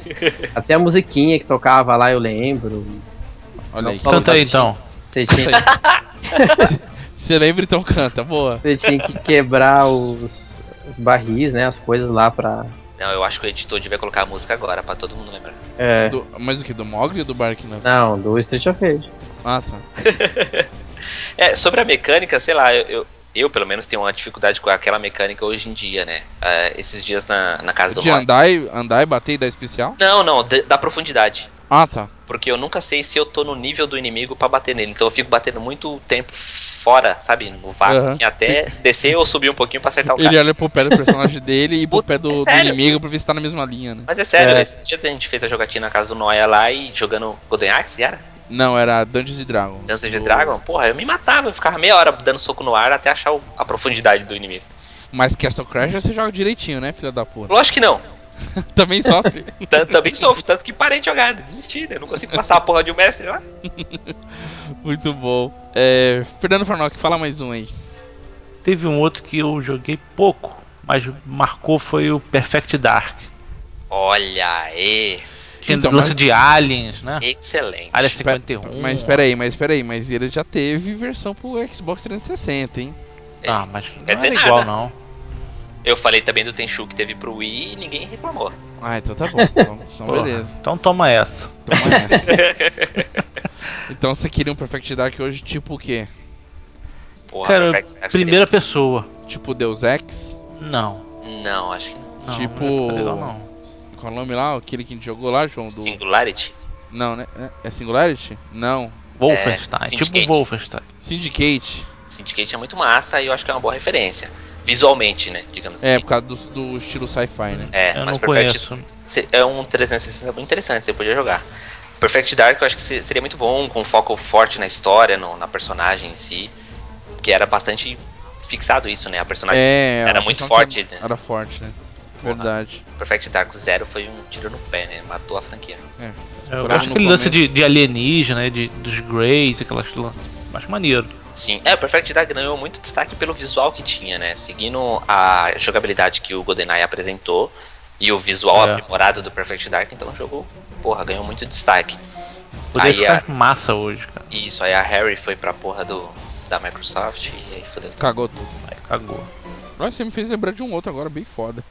Speaker 4: até a musiquinha que tocava lá, eu lembro.
Speaker 1: Olha
Speaker 4: Não,
Speaker 1: aí.
Speaker 2: tá
Speaker 4: fala
Speaker 3: Canta aí
Speaker 4: Verdade.
Speaker 3: então.
Speaker 4: Você tinha,
Speaker 1: Você lembra então canta, boa.
Speaker 4: você tinha que quebrar os, os barris, né, as coisas lá pra,
Speaker 2: Não, eu acho que o editor devia colocar a música agora, pra todo mundo lembrar.
Speaker 4: É.
Speaker 1: Do- mas o que? Do Mogli ou do Barknut?
Speaker 4: Não, do Street of Rage.
Speaker 1: Ah, tá.
Speaker 2: É, sobre a mecânica, sei lá, eu, eu, eu, pelo menos tenho uma dificuldade com aquela mecânica hoje em dia, né? Ah, esses dias na, na casa do
Speaker 1: De
Speaker 2: Rock.
Speaker 1: andar e, andar e bater e dar especial?
Speaker 2: Não, não, da, da profundidade.
Speaker 1: Ah, tá.
Speaker 2: Porque eu nunca sei se eu tô no nível do inimigo pra bater nele. Então eu fico batendo muito tempo fora, sabe? No vácuo,
Speaker 1: Aham.
Speaker 2: assim, até descer ou subir um pouquinho pra acertar o cara.
Speaker 1: Ele olha pro pé do personagem dele e pro pé do,
Speaker 2: É
Speaker 1: do
Speaker 2: sério?
Speaker 1: inimigo pra ver se tá na mesma linha, né?
Speaker 2: Mas é sério,
Speaker 4: É.
Speaker 2: esses dias a gente fez a jogatina na casa do Noia lá e jogando Golden Axe, era?
Speaker 1: Não, era Dungeons and Dragons.
Speaker 2: Dungeons and
Speaker 1: O-
Speaker 2: Dragon, porra, eu me matava, eu ficava meia hora dando soco no ar até achar o- a profundidade do inimigo.
Speaker 1: Mas Castle Crash você joga direitinho, né, filha da puta?
Speaker 2: Lógico que não.
Speaker 1: Também sofre.
Speaker 2: Tanto, também sofro, tanto que parei de jogar, desisti, né? Eu não consigo passar a porra de um mestre lá.
Speaker 1: Muito bom. É, Fernando Farnock, fala mais um aí.
Speaker 3: Teve um outro que eu joguei pouco, mas marcou foi o Perfect Dark.
Speaker 2: Olha aí,
Speaker 3: Tinha
Speaker 1: Então,
Speaker 3: lance
Speaker 1: mas-
Speaker 3: de aliens, né?
Speaker 2: excelente.
Speaker 3: Área 51.
Speaker 1: Mas espera aí, mas espera aí, mas ele já teve versão pro Xbox 360, hein?
Speaker 2: É,
Speaker 3: Ah, mas não
Speaker 2: quer dizer
Speaker 3: era
Speaker 2: nada.
Speaker 3: igual não.
Speaker 2: Eu falei também do Tenchu que teve pro Wii e ninguém reclamou.
Speaker 1: Ah, então tá bom. Então, então
Speaker 3: Porra,
Speaker 1: beleza.
Speaker 3: Então toma essa.
Speaker 1: Toma essa. então você queria um Perfect Dark hoje tipo o quê?
Speaker 2: Porra,
Speaker 3: Cara,
Speaker 2: Perfect Dark
Speaker 3: Primeira pessoa.
Speaker 1: Tipo Deus Ex?
Speaker 3: Não.
Speaker 2: seria- Não, acho que não.
Speaker 3: não é
Speaker 1: Tipo-
Speaker 3: Não ia ficar legal, não.
Speaker 1: Qual o nome lá? Aquele que a gente jogou lá,
Speaker 3: Um
Speaker 1: João? Do...
Speaker 2: Singularity?
Speaker 1: Não, né? É- É Singularity? Não.
Speaker 3: Wolfenstein.
Speaker 2: Syndicate.
Speaker 3: tipo Wolfenstein.
Speaker 1: Syndicate.
Speaker 2: Syndicate é muito massa e eu acho que é uma boa referência. Visualmente, né? Digamos
Speaker 1: É,
Speaker 2: assim.
Speaker 1: por causa do, do estilo sci-fi, né?
Speaker 2: É,
Speaker 3: eu
Speaker 2: mas
Speaker 3: não
Speaker 2: Perfect
Speaker 3: conheço.
Speaker 2: Se- É um 360 muito interessante, você podia jogar. Perfect Dark eu acho que se- seria muito bom, com um foco forte na história, no- na personagem em si. Porque era bastante fixado isso, né? A personagem
Speaker 1: É,
Speaker 2: Era
Speaker 1: a
Speaker 2: muito
Speaker 1: questão
Speaker 2: forte,
Speaker 1: que
Speaker 2: né?
Speaker 1: Era, era forte, né? Verdade.
Speaker 2: Perfect Dark Zero foi um tiro no pé, né? Matou a franquia.
Speaker 3: Eu
Speaker 1: Procurava
Speaker 3: acho
Speaker 1: no
Speaker 3: que aquele lance
Speaker 1: começo.
Speaker 3: de, de alienígena, né, de, dos Greys, aquelas lances. Acho maneiro.
Speaker 2: Sim, é, o Perfect Dark ganhou muito destaque pelo visual que tinha, né? Seguindo a jogabilidade que o GoldenEye apresentou e o visual
Speaker 3: É.
Speaker 2: aprimorado do Perfect Dark, então o jogo, porra, ganhou muito destaque.
Speaker 3: Poderia
Speaker 2: Aí,
Speaker 3: ficar massa hoje, cara.
Speaker 2: E isso, aí a Harry foi pra porra do, da Microsoft e aí fodeu.
Speaker 1: Cagou tudo.
Speaker 3: Aí cagou.
Speaker 1: Olha, você me fez lembrar de um outro agora, bem foda.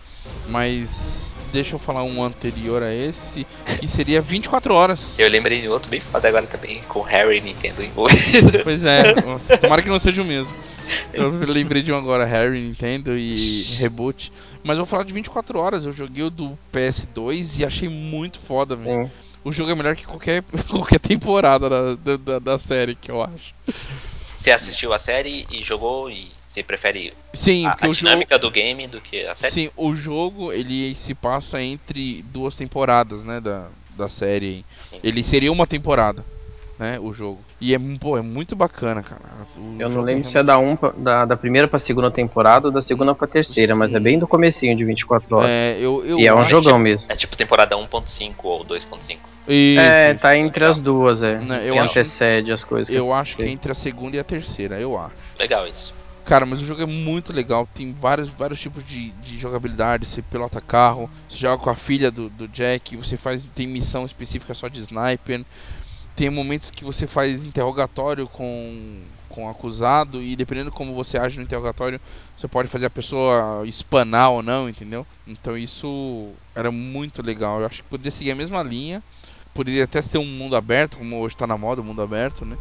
Speaker 1: Mas deixa eu falar um anterior a esse, que seria 24 horas.
Speaker 2: Eu lembrei de um outro bem foda agora também, com Harry, Nintendo e
Speaker 1: Pois é, nossa, tomara que não seja o mesmo. Eu lembrei de um agora, Harry, Nintendo e Reboot. Mas eu vou falar de 24 horas, eu joguei o do PS2 e achei muito foda, velho.
Speaker 4: Sim.
Speaker 1: O jogo é melhor que qualquer, qualquer temporada da, da- da, da série, que eu acho.
Speaker 2: Você assistiu a série e jogou e você prefere
Speaker 1: Sim,
Speaker 2: a,
Speaker 1: porque
Speaker 2: a
Speaker 1: o jogo...
Speaker 2: dinâmica do game do que a série?
Speaker 1: Sim, o jogo ele se passa entre duas temporadas, né, da, da série.
Speaker 2: Sim.
Speaker 1: Ele seria uma temporada, né, o jogo. E é, pô, é muito bacana, cara. O
Speaker 4: Eu não
Speaker 1: jogo
Speaker 4: lembro
Speaker 1: é
Speaker 4: se é da, um, pra- da, da primeira pra segunda temporada ou da segunda pra terceira, mas é bem do comecinho de 24 horas.
Speaker 1: É, eu, eu
Speaker 4: e é um
Speaker 1: acho-
Speaker 4: jogão mesmo.
Speaker 2: É tipo temporada 1.5 ou 2.5.
Speaker 1: Isso,
Speaker 4: É,
Speaker 1: isso.
Speaker 4: tá entre as duas, é.
Speaker 1: Não, eu
Speaker 4: Eu
Speaker 1: acho-
Speaker 4: antecede as coisas.
Speaker 1: Eu acho que é
Speaker 4: Sim.
Speaker 1: entre a segunda e a terceira, eu acho.
Speaker 2: Legal isso.
Speaker 1: Cara, mas o jogo é muito legal. Tem vários, vários tipos de, de jogabilidade. Você pilota carro, você joga com a filha do, do Jack, você faz tem missão específica só de sniper. Tem momentos que você faz interrogatório com, com o acusado e dependendo como você age no interrogatório, você pode fazer a pessoa espanar ou não, entendeu? Então isso era muito legal. Eu acho que poderia seguir a mesma linha. Poderia até ser um mundo aberto, como hoje tá na moda, o mundo aberto, né?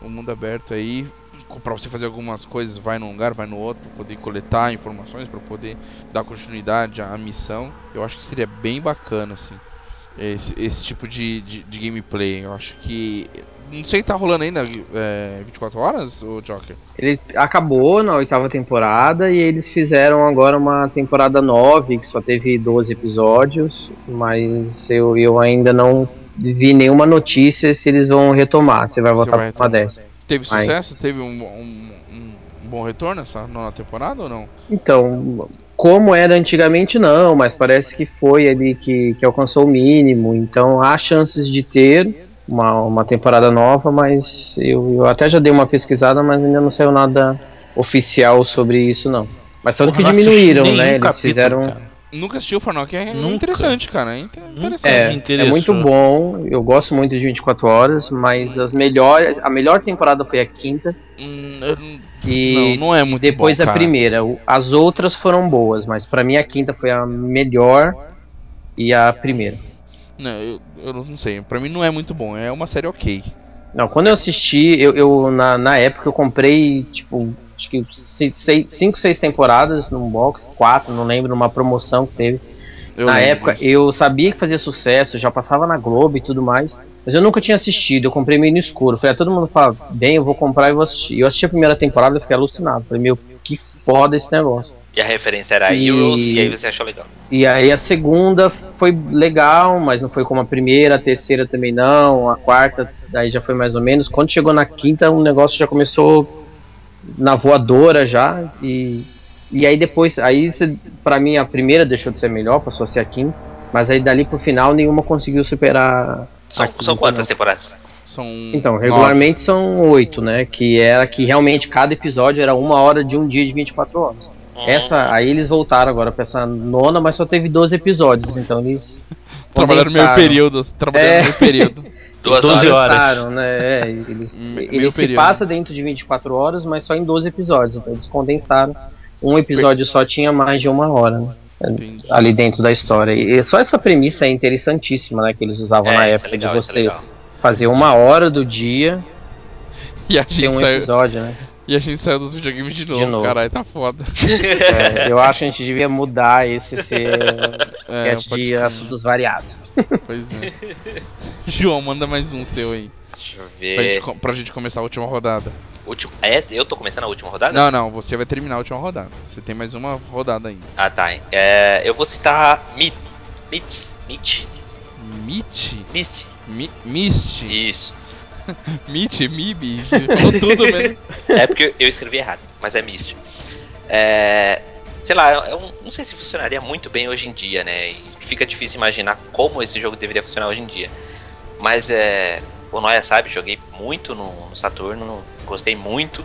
Speaker 1: O mundo aberto aí co- Pra você fazer algumas coisas, vai num lugar, vai no outro, pra poder coletar informações, pra poder dar continuidade à à missão. Eu acho que seria bem bacana, assim, esse, esse tipo de, de, de gameplay. Eu acho que. Não sei, tá rolando ainda é, 24 horas, o Joker?
Speaker 4: Ele acabou na oitava temporada e eles fizeram agora uma temporada 9, que só teve 12 episódios, mas eu, eu ainda não vi nenhuma notícia se eles vão retomar, se vai
Speaker 1: Se
Speaker 4: voltar
Speaker 1: vai
Speaker 4: pra uma
Speaker 1: retomar.
Speaker 4: dessa.
Speaker 1: Teve
Speaker 4: Mas-
Speaker 1: sucesso? Teve um, um- um bom retorno essa nona temporada ou não?
Speaker 4: Então, como era antigamente, não, mas parece que foi ali que, que alcançou o mínimo, então há chances de ter uma, uma temporada nova, mas eu, eu até já dei uma pesquisada, mas ainda não saiu nada oficial sobre isso, não. Mas tanto que
Speaker 3: Porra, não
Speaker 4: diminuíram,
Speaker 3: assisti
Speaker 4: né?
Speaker 3: nenhum
Speaker 4: Eles
Speaker 3: capítulo,
Speaker 4: fizeram.
Speaker 3: cara.
Speaker 1: Nunca assistiu o Farnock? É
Speaker 3: Nunca.
Speaker 1: interessante, cara. É inter- interessante.
Speaker 4: É,
Speaker 3: Te
Speaker 4: é
Speaker 3: interessou.
Speaker 4: muito bom, eu gosto muito de 24 horas, mas as melhores, a melhor temporada foi a quinta
Speaker 1: Hum, eu não-
Speaker 4: e
Speaker 1: não, não é muito
Speaker 4: depois
Speaker 1: bom,
Speaker 4: a
Speaker 1: cara.
Speaker 4: primeira. O- As outras foram boas, mas pra mim a quinta foi a melhor e a primeira.
Speaker 1: Não, eu, eu não sei. Pra mim não é muito bom. É uma série ok.
Speaker 4: Não, quando eu assisti, eu, eu na, na época eu comprei, tipo, acho que 5, 6 temporadas num box, 4, não lembro, numa promoção que teve.
Speaker 1: Eu
Speaker 4: na
Speaker 1: lembro
Speaker 4: época
Speaker 1: disso.
Speaker 4: eu sabia que fazia sucesso, já passava na Globo e tudo mais, mas eu nunca tinha assistido, eu comprei meio no escuro. Falei, ah, todo mundo fala, bem, eu vou comprar e vou assistir. Eu assisti a primeira temporada e fiquei alucinado. Falei, meu, que foda esse negócio.
Speaker 2: E a referência era
Speaker 4: E-
Speaker 2: Heroes, e aí você achou legal.
Speaker 4: E aí a segunda foi legal, mas não foi como a primeira, a terceira também não, a quarta daí já foi mais ou menos. Quando chegou na quinta, o negócio já começou na voadora já e e aí depois, aí se- pra mim a primeira deixou de ser melhor, passou a ser a quinta, mas aí dali pro final nenhuma conseguiu superar.
Speaker 2: São,
Speaker 4: Aqui,
Speaker 2: são quantas
Speaker 4: não.
Speaker 2: temporadas?
Speaker 1: São.
Speaker 4: Então,
Speaker 1: nove.
Speaker 4: regularmente são oito, né? Que era que realmente cada episódio era uma hora de um dia de 24 horas.
Speaker 2: Um,
Speaker 4: Essa, aí eles voltaram agora pra essa nona, mas só teve 12 episódios, então eles.
Speaker 1: Trabalharam meio
Speaker 4: condensaram.
Speaker 1: período. Trabalharam
Speaker 4: É.
Speaker 1: meio período.
Speaker 2: Duas
Speaker 3: 12
Speaker 2: horas.
Speaker 3: horas.
Speaker 4: Condensaram, né? É, eles
Speaker 1: Meio
Speaker 4: eles se
Speaker 1: período.
Speaker 4: passa dentro de 24 horas, mas só em 12 episódios, então eles condensaram. Um episódio só tinha mais de uma hora, né?
Speaker 1: Entendi.
Speaker 4: Ali dentro da história. E só essa premissa é interessantíssima, né? Que eles usavam
Speaker 2: É,
Speaker 4: na
Speaker 2: isso
Speaker 4: época
Speaker 2: é legal,
Speaker 4: de
Speaker 2: isso é
Speaker 4: você
Speaker 2: legal.
Speaker 4: fazer uma hora do dia
Speaker 1: E a,
Speaker 4: ser
Speaker 1: gente é-
Speaker 4: um
Speaker 1: saiu,
Speaker 4: episódio, né?
Speaker 1: e a gente saiu dos videogames de novo.
Speaker 4: novo.
Speaker 1: Caralho, tá foda.
Speaker 4: É, eu acho que a gente devia mudar esse ser
Speaker 1: É,
Speaker 4: podcast
Speaker 1: pode
Speaker 4: de
Speaker 1: crer.
Speaker 4: assuntos variados.
Speaker 1: Pois é. João, manda mais um seu aí.
Speaker 2: Deixa eu
Speaker 1: Pra,
Speaker 4: É.
Speaker 1: gente,
Speaker 2: ver.
Speaker 1: co- pra gente começar a última rodada.
Speaker 2: Último... É, eu tô começando a última
Speaker 4: Ah,
Speaker 2: rodada?
Speaker 1: Não, não, você vai terminar a última rodada. Você tem mais uma rodada ainda.
Speaker 2: Ah, tá. É, eu vou citar Meet. Meet. Meet.
Speaker 1: Meet?
Speaker 2: Mist.
Speaker 1: Mi Mist?
Speaker 2: Isso.
Speaker 1: Meet? Mib? Falou tudo mesmo.
Speaker 2: É porque eu escrevi errado, mas é Mist. É, sei lá, eu não sei se funcionaria muito bem hoje em dia, né? E fica difícil imaginar como esse jogo deveria funcionar hoje em dia. Mas é, o Noia sabe, joguei muito no, no Saturno, gostei muito.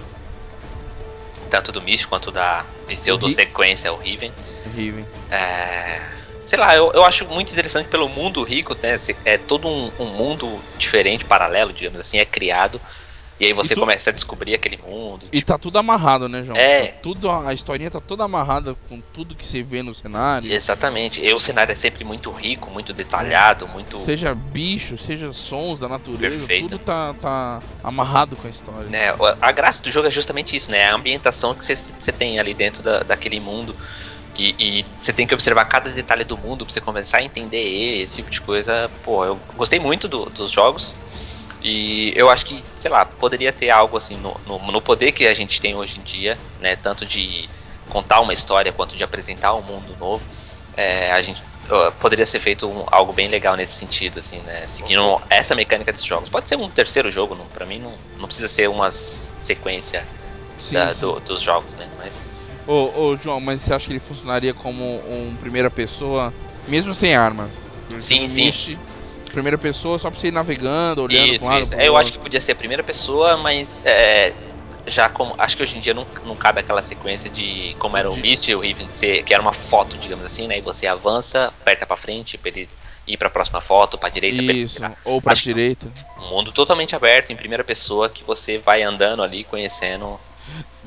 Speaker 2: Tanto do Mist quanto da pseudo-sequência, o Riven.
Speaker 1: Riven.
Speaker 2: É, sei lá, eu, eu acho muito interessante pelo mundo rico, né? se- É todo um, um mundo diferente, paralelo, digamos assim, é criado. E aí você
Speaker 1: tu-
Speaker 2: começa a descobrir aquele mundo.
Speaker 1: E tá tudo amarrado, né, João?
Speaker 2: É.
Speaker 1: Tá tudo, a historinha tá toda amarrada com tudo que você vê no cenário.
Speaker 2: Exatamente. E o cenário é sempre muito rico, muito detalhado, muito.
Speaker 1: Seja bicho, seja sons da natureza,
Speaker 2: Perfeito.
Speaker 1: tudo tá, tá amarrado com a história.
Speaker 2: né, a graça do jogo é justamente isso, né? A ambientação que você- você tem ali dentro da- daquele mundo. E, e você tem que observar cada detalhe do mundo pra você começar a entender ele, esse tipo de coisa. Pô, eu gostei muito do- dos jogos. E eu acho que, sei lá, poderia ter algo assim no, no, no poder que a gente tem hoje em dia, né? Tanto de contar uma história quanto de apresentar um mundo novo. É, a gente ó, poderia ser feito um- algo bem legal nesse sentido, assim, né? Seguindo essa mecânica dos jogos. Pode ser um terceiro jogo, não, pra mim não, não precisa ser uma sequência
Speaker 1: Sim,
Speaker 2: da-
Speaker 1: sim.
Speaker 2: do- dos jogos, né? Mas
Speaker 1: Ô, ô, João, mas você acha que ele funcionaria como um primeira pessoa, mesmo sem armas? Porque
Speaker 2: Sim,
Speaker 1: no
Speaker 2: sim.
Speaker 1: Myst, primeira pessoa só pra você ir navegando, olhando
Speaker 2: isso,
Speaker 1: pro lado.
Speaker 2: isso.
Speaker 1: pro
Speaker 2: Eu
Speaker 1: outro.
Speaker 2: acho que podia ser a primeira pessoa, mas é, já como acho que hoje em dia não, não cabe aquela sequência de como era o
Speaker 1: De-
Speaker 2: Mist e o Riven, ser- que era uma foto, digamos assim, né? E você avança, aperta pra frente, pra ele ir pra próxima foto, pra direita, pra
Speaker 1: Isso,
Speaker 2: esquerda.
Speaker 1: ou pra
Speaker 2: tá. Acho que-
Speaker 1: direita.
Speaker 2: Um mundo totalmente aberto em primeira pessoa que você vai andando ali, conhecendo.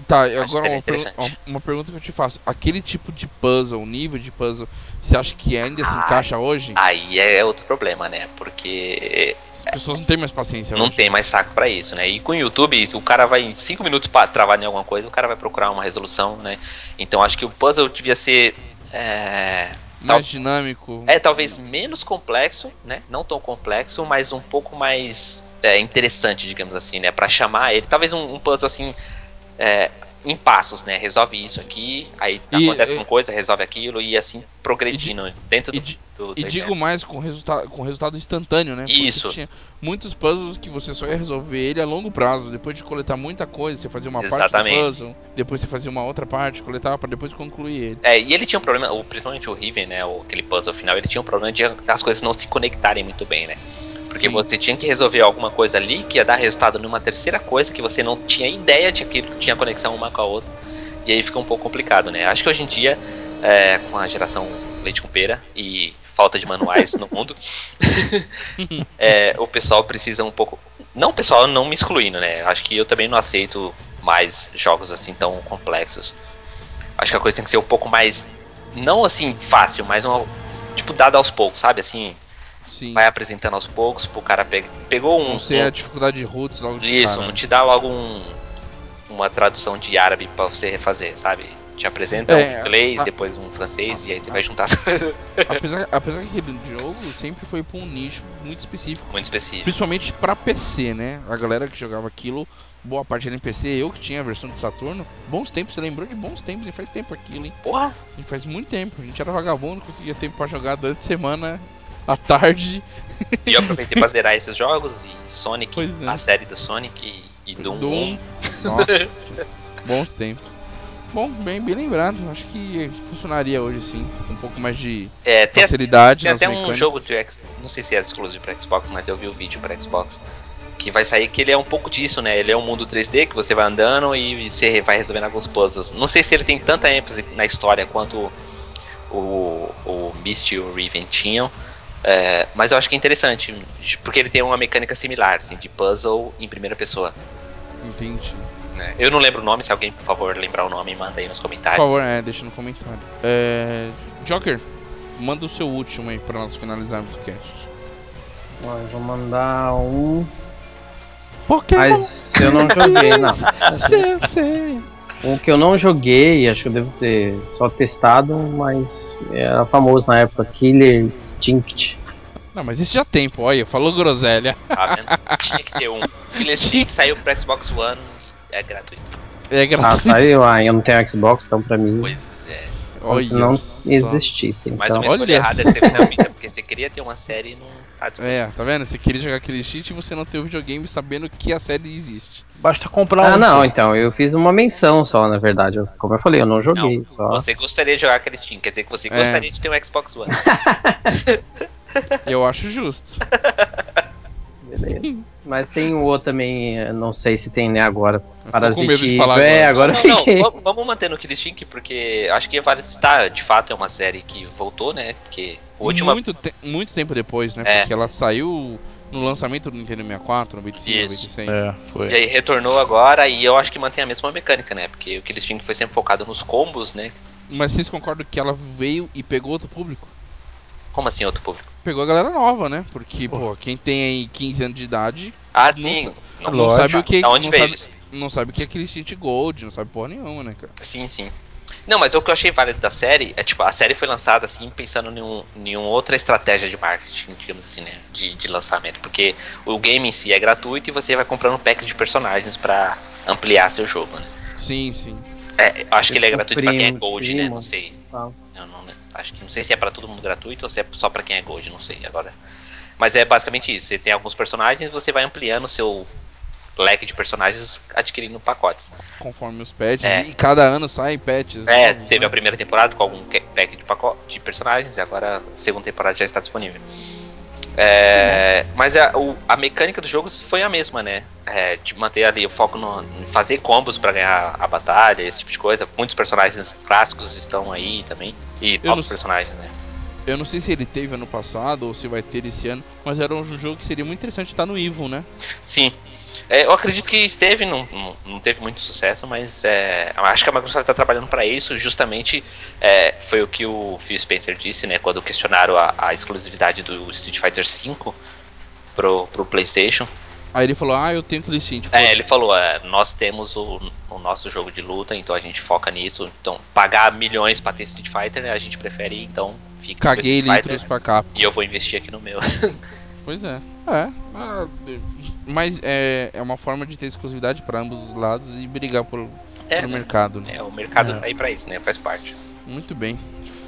Speaker 1: Tá,
Speaker 2: que
Speaker 1: agora
Speaker 2: seria
Speaker 1: uma, pergu-
Speaker 2: interessante.
Speaker 1: uma pergunta que eu te faço. Aquele tipo de puzzle, nível de puzzle, você acha que ainda se
Speaker 2: Ah,
Speaker 1: encaixa hoje?
Speaker 2: Aí é outro problema, né? Porque
Speaker 1: As pessoas não têm mais paciência
Speaker 2: não
Speaker 1: hoje.
Speaker 2: tem mais saco pra isso, né? E com o YouTube, isso, o cara vai em 5 minutos pra travar em alguma coisa, o cara vai procurar uma resolução, né? Então acho que o puzzle devia ser. É,
Speaker 1: Mais dinâmico.
Speaker 2: é, talvez menos complexo, né? Não tão complexo, mas um pouco mais é, interessante, digamos assim, né? Pra chamar ele. Talvez um, um puzzle assim. é, em passos, né? Resolve isso aqui, aí
Speaker 1: E-
Speaker 2: acontece
Speaker 1: e-
Speaker 2: uma coisa, resolve aquilo e assim progredindo dentro do.
Speaker 1: e di-
Speaker 2: do-
Speaker 1: E
Speaker 2: do-
Speaker 1: digo mais com resultado, com resultado instantâneo, né? Porque
Speaker 2: Isso.
Speaker 1: tinha muitos puzzles que você só ia resolver ele a longo prazo, depois de coletar muita coisa, você fazia uma parte
Speaker 2: Exatamente.
Speaker 1: do puzzle, depois você fazia uma outra parte, coletava pra depois concluir ele.
Speaker 2: É, e ele tinha um problema, o, principalmente o Riven, né? o- aquele puzzle final, ele tinha um problema de as coisas não se conectarem muito bem, né? Porque
Speaker 1: Sim.
Speaker 2: você tinha que resolver alguma coisa ali que ia dar resultado numa terceira coisa que você não tinha ideia de que tinha conexão uma com a outra. E aí fica um pouco complicado, né? Acho que hoje em dia, é, com a geração leite com pera e falta de manuais no mundo, é, o pessoal precisa um pouco. Não, o pessoal, não me excluindo, né? Acho que eu também não aceito mais jogos assim tão complexos. Acho que a coisa tem que ser um pouco mais Não assim, fácil, mas um, tipo, dado aos poucos, sabe? Assim,
Speaker 1: Sim.
Speaker 2: vai apresentando aos poucos pro cara pegar. Pegou um.
Speaker 1: Não sei a dificuldade de roots logo de
Speaker 2: Isso,
Speaker 1: cara. né?
Speaker 2: não te dá logo um- uma tradução de árabe pra você refazer, sabe? Te apresenta
Speaker 1: É, Ah.
Speaker 2: um inglês,
Speaker 1: a-
Speaker 2: depois um francês, e aí você
Speaker 1: a-
Speaker 2: vai juntar as coisas
Speaker 1: Apesar, apesar que aquele jogo sempre foi pra um nicho muito específico.
Speaker 2: muito específico.
Speaker 1: Principalmente pra PC, né? A galera que jogava aquilo, boa parte era em PC, eu que tinha a versão de Saturno. Bons tempos, você lembrou de bons tempos, e faz tempo aquilo, hein?
Speaker 2: Porra!
Speaker 1: E faz muito tempo, a gente era vagabundo, conseguia tempo pra jogar durante a semana, à tarde.
Speaker 2: E eu aproveitei pra zerar esses jogos e Sonic,
Speaker 1: Pois é.
Speaker 2: a série do Sonic e, e Doom.
Speaker 1: Doom. Nossa, bons tempos. Bom, bem, bem lembrado, acho que funcionaria hoje sim, com um pouco mais de
Speaker 2: É, tem,
Speaker 1: facilidade
Speaker 2: Tem
Speaker 1: nas
Speaker 2: até um
Speaker 1: mecânicas.
Speaker 2: jogo de X, não sei se é exclusivo para Xbox, mas eu vi o vídeo para Xbox que vai sair que ele é um pouco disso, né? Ele é um mundo 3D que você vai andando e você vai resolvendo alguns puzzles. Não sei se ele tem tanta ênfase na história quanto o, o Mist e o Riven tinham, é, mas eu acho que é interessante porque ele tem uma mecânica similar, assim, de puzzle em primeira pessoa.
Speaker 1: Entendi.
Speaker 2: né? Eu não lembro o nome, se alguém por favor lembrar o nome, manda aí nos
Speaker 1: É. Por
Speaker 2: comentários.
Speaker 1: favor, é, deixa no comentário. É, Joker, manda o seu último aí pra nós finalizarmos o cast.
Speaker 4: Ó, eu vou mandar um.
Speaker 1: Pokémon
Speaker 4: Mas eu não joguei, não.
Speaker 1: CC.
Speaker 4: Um que eu não joguei, acho que eu devo ter só testado, mas era famoso na época, Killer Instinct.
Speaker 1: Não, mas isso já tem, pô. Olha, falou groselha.
Speaker 2: Tá vendo? Tinha que ter um. Ele tinha que saiu pro Xbox One, é gratuito.
Speaker 1: É
Speaker 4: Ah,
Speaker 1: gratuito.
Speaker 4: saiu, ah, eu não tenho Xbox, então pra mim,
Speaker 2: Pois é.
Speaker 4: como se não existisse.
Speaker 2: Mas
Speaker 4: Então,
Speaker 2: uma escolha
Speaker 1: Olha
Speaker 2: errada é
Speaker 1: só.
Speaker 2: que você fez na vida, porque você queria ter uma série e não tá disponível.
Speaker 1: É, tá vendo? Você queria jogar aquele cheat e você não tem o videogame sabendo que a série existe.
Speaker 3: Basta comprar
Speaker 4: ah,
Speaker 3: um.
Speaker 4: não, então, eu fiz uma menção só, na verdade. Eu- Como eu falei, eu não joguei,
Speaker 2: Não,
Speaker 4: só.
Speaker 2: Você gostaria de jogar aquele Steam, quer dizer que você
Speaker 1: É.
Speaker 2: gostaria de ter um Xbox One.
Speaker 1: Eu acho justo.
Speaker 4: Beleza. Mas tem um outro também, eh, não sei se tem né, agora.
Speaker 1: Eu fico com medo de
Speaker 4: Parasitivo.
Speaker 1: falar
Speaker 4: É,
Speaker 1: agora.
Speaker 4: agora, eu
Speaker 2: não,
Speaker 4: fiquei.
Speaker 2: não, va- vamos manter no Killstink, porque acho que vale citar, de fato é uma série que voltou, né? Porque a última.
Speaker 1: Muito, te- muito tempo depois, né?
Speaker 2: É.
Speaker 1: Porque ela saiu no lançamento do Nintendo 64, 95,
Speaker 2: Isso.
Speaker 1: 96.
Speaker 3: É,
Speaker 4: então.
Speaker 3: foi.
Speaker 2: E aí retornou agora e eu acho que mantém a mesma mecânica, né? Porque o Killstink foi sempre focado nos combos, né?
Speaker 1: Mas vocês concordam que ela veio e pegou outro público?
Speaker 2: Como assim outro público?
Speaker 1: Pegou a galera nova, né? Porque, pô, quem tem aí 15 anos de idade
Speaker 2: Ah,
Speaker 1: Nossa,
Speaker 2: sim. Não,
Speaker 1: não sabe o que.
Speaker 2: Da onde
Speaker 1: não
Speaker 2: veio
Speaker 1: sabe-
Speaker 2: isso?
Speaker 1: não sabe o que é aquele cheat gold, não sabe porra nenhuma, né, cara?
Speaker 2: Sim, sim. Não, mas o que eu achei válido da série é, tipo, a série foi lançada, assim, pensando em, um, em uma outra estratégia de marketing, digamos assim, né? De, de lançamento. Porque o game em si é gratuito e você vai comprando packs de personagens pra ampliar seu jogo, né?
Speaker 1: Sim, sim.
Speaker 2: É, eu acho que ele é
Speaker 4: Esse
Speaker 2: gratuito pra quem é
Speaker 4: primo,
Speaker 2: gold,
Speaker 4: primo.
Speaker 2: né? Não sei.
Speaker 4: Ah.
Speaker 2: Eu não, né, acho que não sei se é pra todo mundo gratuito ou se é só pra quem é gold, não sei agora. Mas é basicamente isso. Você tem alguns personagens, você vai ampliando o seu leque de personagens adquirindo pacotes.
Speaker 1: Conforme os patches.
Speaker 2: É.
Speaker 1: E cada ano saem patches.
Speaker 2: É,
Speaker 1: novos,
Speaker 2: teve
Speaker 1: né?
Speaker 2: a primeira temporada com algum ca- pack de, pacote, de personagens e agora a segunda temporada já está disponível. É, mas a, o- a mecânica dos jogos foi a mesma, né? É, de manter ali o foco no em fazer combos para ganhar a batalha, esse tipo de coisa. Muitos personagens clássicos estão aí também e
Speaker 1: não
Speaker 2: novos
Speaker 1: sei.
Speaker 2: personagens, né?
Speaker 1: Eu não sei se ele teve ano passado ou se vai ter esse ano, mas era um jogo que seria muito interessante estar no Ivo, né?
Speaker 2: Sim. É, eu acredito que esteve, não, não, não teve muito sucesso, mas é, eu acho que a Microsoft está trabalhando para isso. Justamente é, foi o que o Phil Spencer disse, né? Quando questionaram a, a exclusividade do Street Fighter V pro, pro PlayStation.
Speaker 1: Aí ele falou, ah, eu tenho aquele cheat.
Speaker 2: É, ele falou: é, nós temos o, o nosso jogo de luta, então a gente foca nisso. Então, pagar milhões para ter Street Fighter, né, a gente prefere, então fica com o
Speaker 1: Caguei ele e
Speaker 2: Street Fighter
Speaker 1: trouxe pra cá.
Speaker 2: e eu vou investir aqui no meu.
Speaker 1: Pois é. É. ah, de- Mas é, é uma forma de ter exclusividade pra ambos os lados e brigar por,
Speaker 2: É,
Speaker 1: pelo
Speaker 2: né,
Speaker 1: mercado. né?
Speaker 2: é, o mercado
Speaker 3: É.
Speaker 2: tá aí para isso, né? Faz parte.
Speaker 1: Muito bem.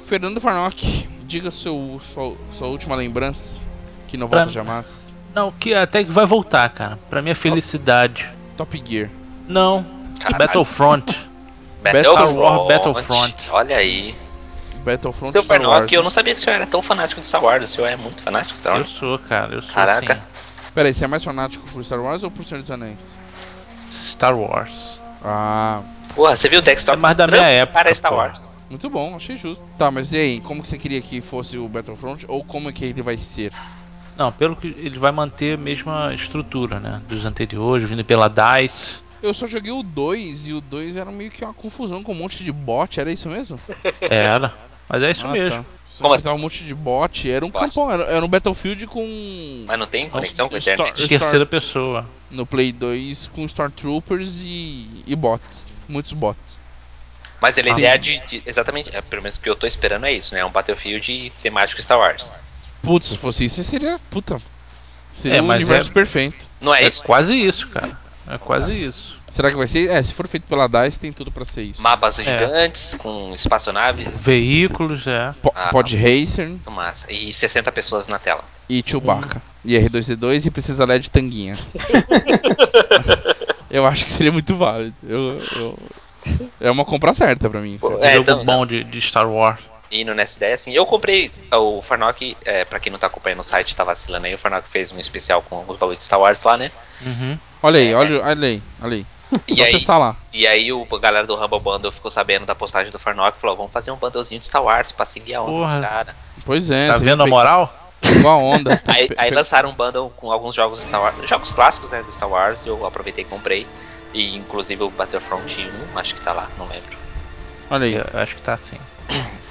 Speaker 1: Fernando Farnock, diga seu, sua, sua última lembrança, que não
Speaker 3: Pra-
Speaker 1: volta jamais.
Speaker 3: Não, que até que vai voltar, cara. Pra minha felicidade.
Speaker 1: Top Gear.
Speaker 3: Não.
Speaker 2: Caralho.
Speaker 3: Battlefront. Star Wars Battlefront.
Speaker 2: Olha aí.
Speaker 1: Battlefront
Speaker 2: Seu
Speaker 1: Star Wars.
Speaker 2: Farnock, eu não sabia que o senhor era tão fanático de Star Wars. O senhor é muito fanático de Star
Speaker 3: Eu
Speaker 2: Wars.
Speaker 3: sou, cara. Eu sou assim,
Speaker 2: Caraca.
Speaker 3: sim.
Speaker 1: Peraí, você é mais fanático por Star Wars ou por Senhor dos Anéis?
Speaker 3: Star Wars.
Speaker 1: Ah,
Speaker 2: Porra, você viu o desktop?
Speaker 3: É mais da
Speaker 2: do Trump?
Speaker 3: minha
Speaker 2: O Cara, é
Speaker 3: época,
Speaker 2: Star
Speaker 3: pô.
Speaker 2: Wars.
Speaker 1: muito bom, achei justo. Tá, mas e aí, como que você queria que fosse o Battlefront ou como é que ele vai ser?
Speaker 3: Não, pelo que ele vai manter a mesma estrutura, né? Dos anteriores, vindo pela DICE.
Speaker 1: Eu só joguei o 2 e o 2 era meio que uma confusão com um monte de bot, era isso mesmo?
Speaker 3: Era. É. Mas é isso
Speaker 1: Ah,
Speaker 3: mesmo.
Speaker 1: tá. Só
Speaker 2: Como
Speaker 1: precisava um monte de bot. Era um
Speaker 2: Bot.
Speaker 1: campão, era, era um Battlefield com.
Speaker 2: Mas não tem conexão com a
Speaker 1: Store-
Speaker 2: internet.
Speaker 1: Store-
Speaker 3: Terceira pessoa.
Speaker 1: No Play 2 com Stormtroopers e, e bots. Muitos bots.
Speaker 2: Mas ele é
Speaker 1: Sim.
Speaker 2: ideia de, de- Exatamente, é, pelo menos o que eu tô esperando é isso, né? Um Battlefield temático Star Wars.
Speaker 1: Putz, se fosse isso, seria. Puta. Seria
Speaker 3: É,
Speaker 1: um
Speaker 3: mas
Speaker 1: universo
Speaker 3: é-
Speaker 1: perfeito.
Speaker 2: Não é,
Speaker 3: É
Speaker 2: isso?
Speaker 3: quase isso, cara. É quase isso.
Speaker 1: Será que vai ser? É, se for feito pela DICE, tem tudo pra ser isso.
Speaker 2: Mapas
Speaker 3: É.
Speaker 2: gigantes, com espaçonaves.
Speaker 3: Veículos, é.
Speaker 1: Po-
Speaker 2: Ah.
Speaker 1: Pod Racer
Speaker 2: Muito massa. E 60 pessoas na tela.
Speaker 1: e Chewbacca. E R2D2 e precisa LED tanguinha. eu acho que seria muito válido. Eu, eu- É uma compra certa pra mim.
Speaker 2: Pô,
Speaker 1: certo?
Speaker 2: É,
Speaker 3: jogo
Speaker 2: então-
Speaker 3: bom de, de Star Wars.
Speaker 2: indo nessa ideia, assim. Eu comprei o Farnock, é, pra quem não tá acompanhando o site, tá vacilando aí. O Farnock fez um especial com os bagulhos de Star Wars lá, né?
Speaker 1: Uhum. Olha aí, olha, olha aí, olha aí.
Speaker 2: E
Speaker 1: Só
Speaker 2: aí,
Speaker 1: acessar lá.
Speaker 2: e aí o a galera do Rumble Bundle ficou sabendo da postagem do Farnock e falou: vamos fazer um bundlezinho de Star Wars pra seguir a onda
Speaker 3: Porra.
Speaker 2: dos caras.
Speaker 1: Pois é,
Speaker 3: Tá
Speaker 1: você
Speaker 3: vendo a
Speaker 1: pe-
Speaker 3: moral?
Speaker 1: pegou a onda.
Speaker 2: Aí,
Speaker 1: Pe-
Speaker 2: aí
Speaker 1: pe-
Speaker 2: lançaram um bundle com alguns jogos Star Wars, jogos clássicos né, do Star Wars, eu aproveitei e comprei. E inclusive o Battlefront 1, acho que tá lá, não lembro.
Speaker 1: Olha aí.
Speaker 3: Eu acho que tá assim.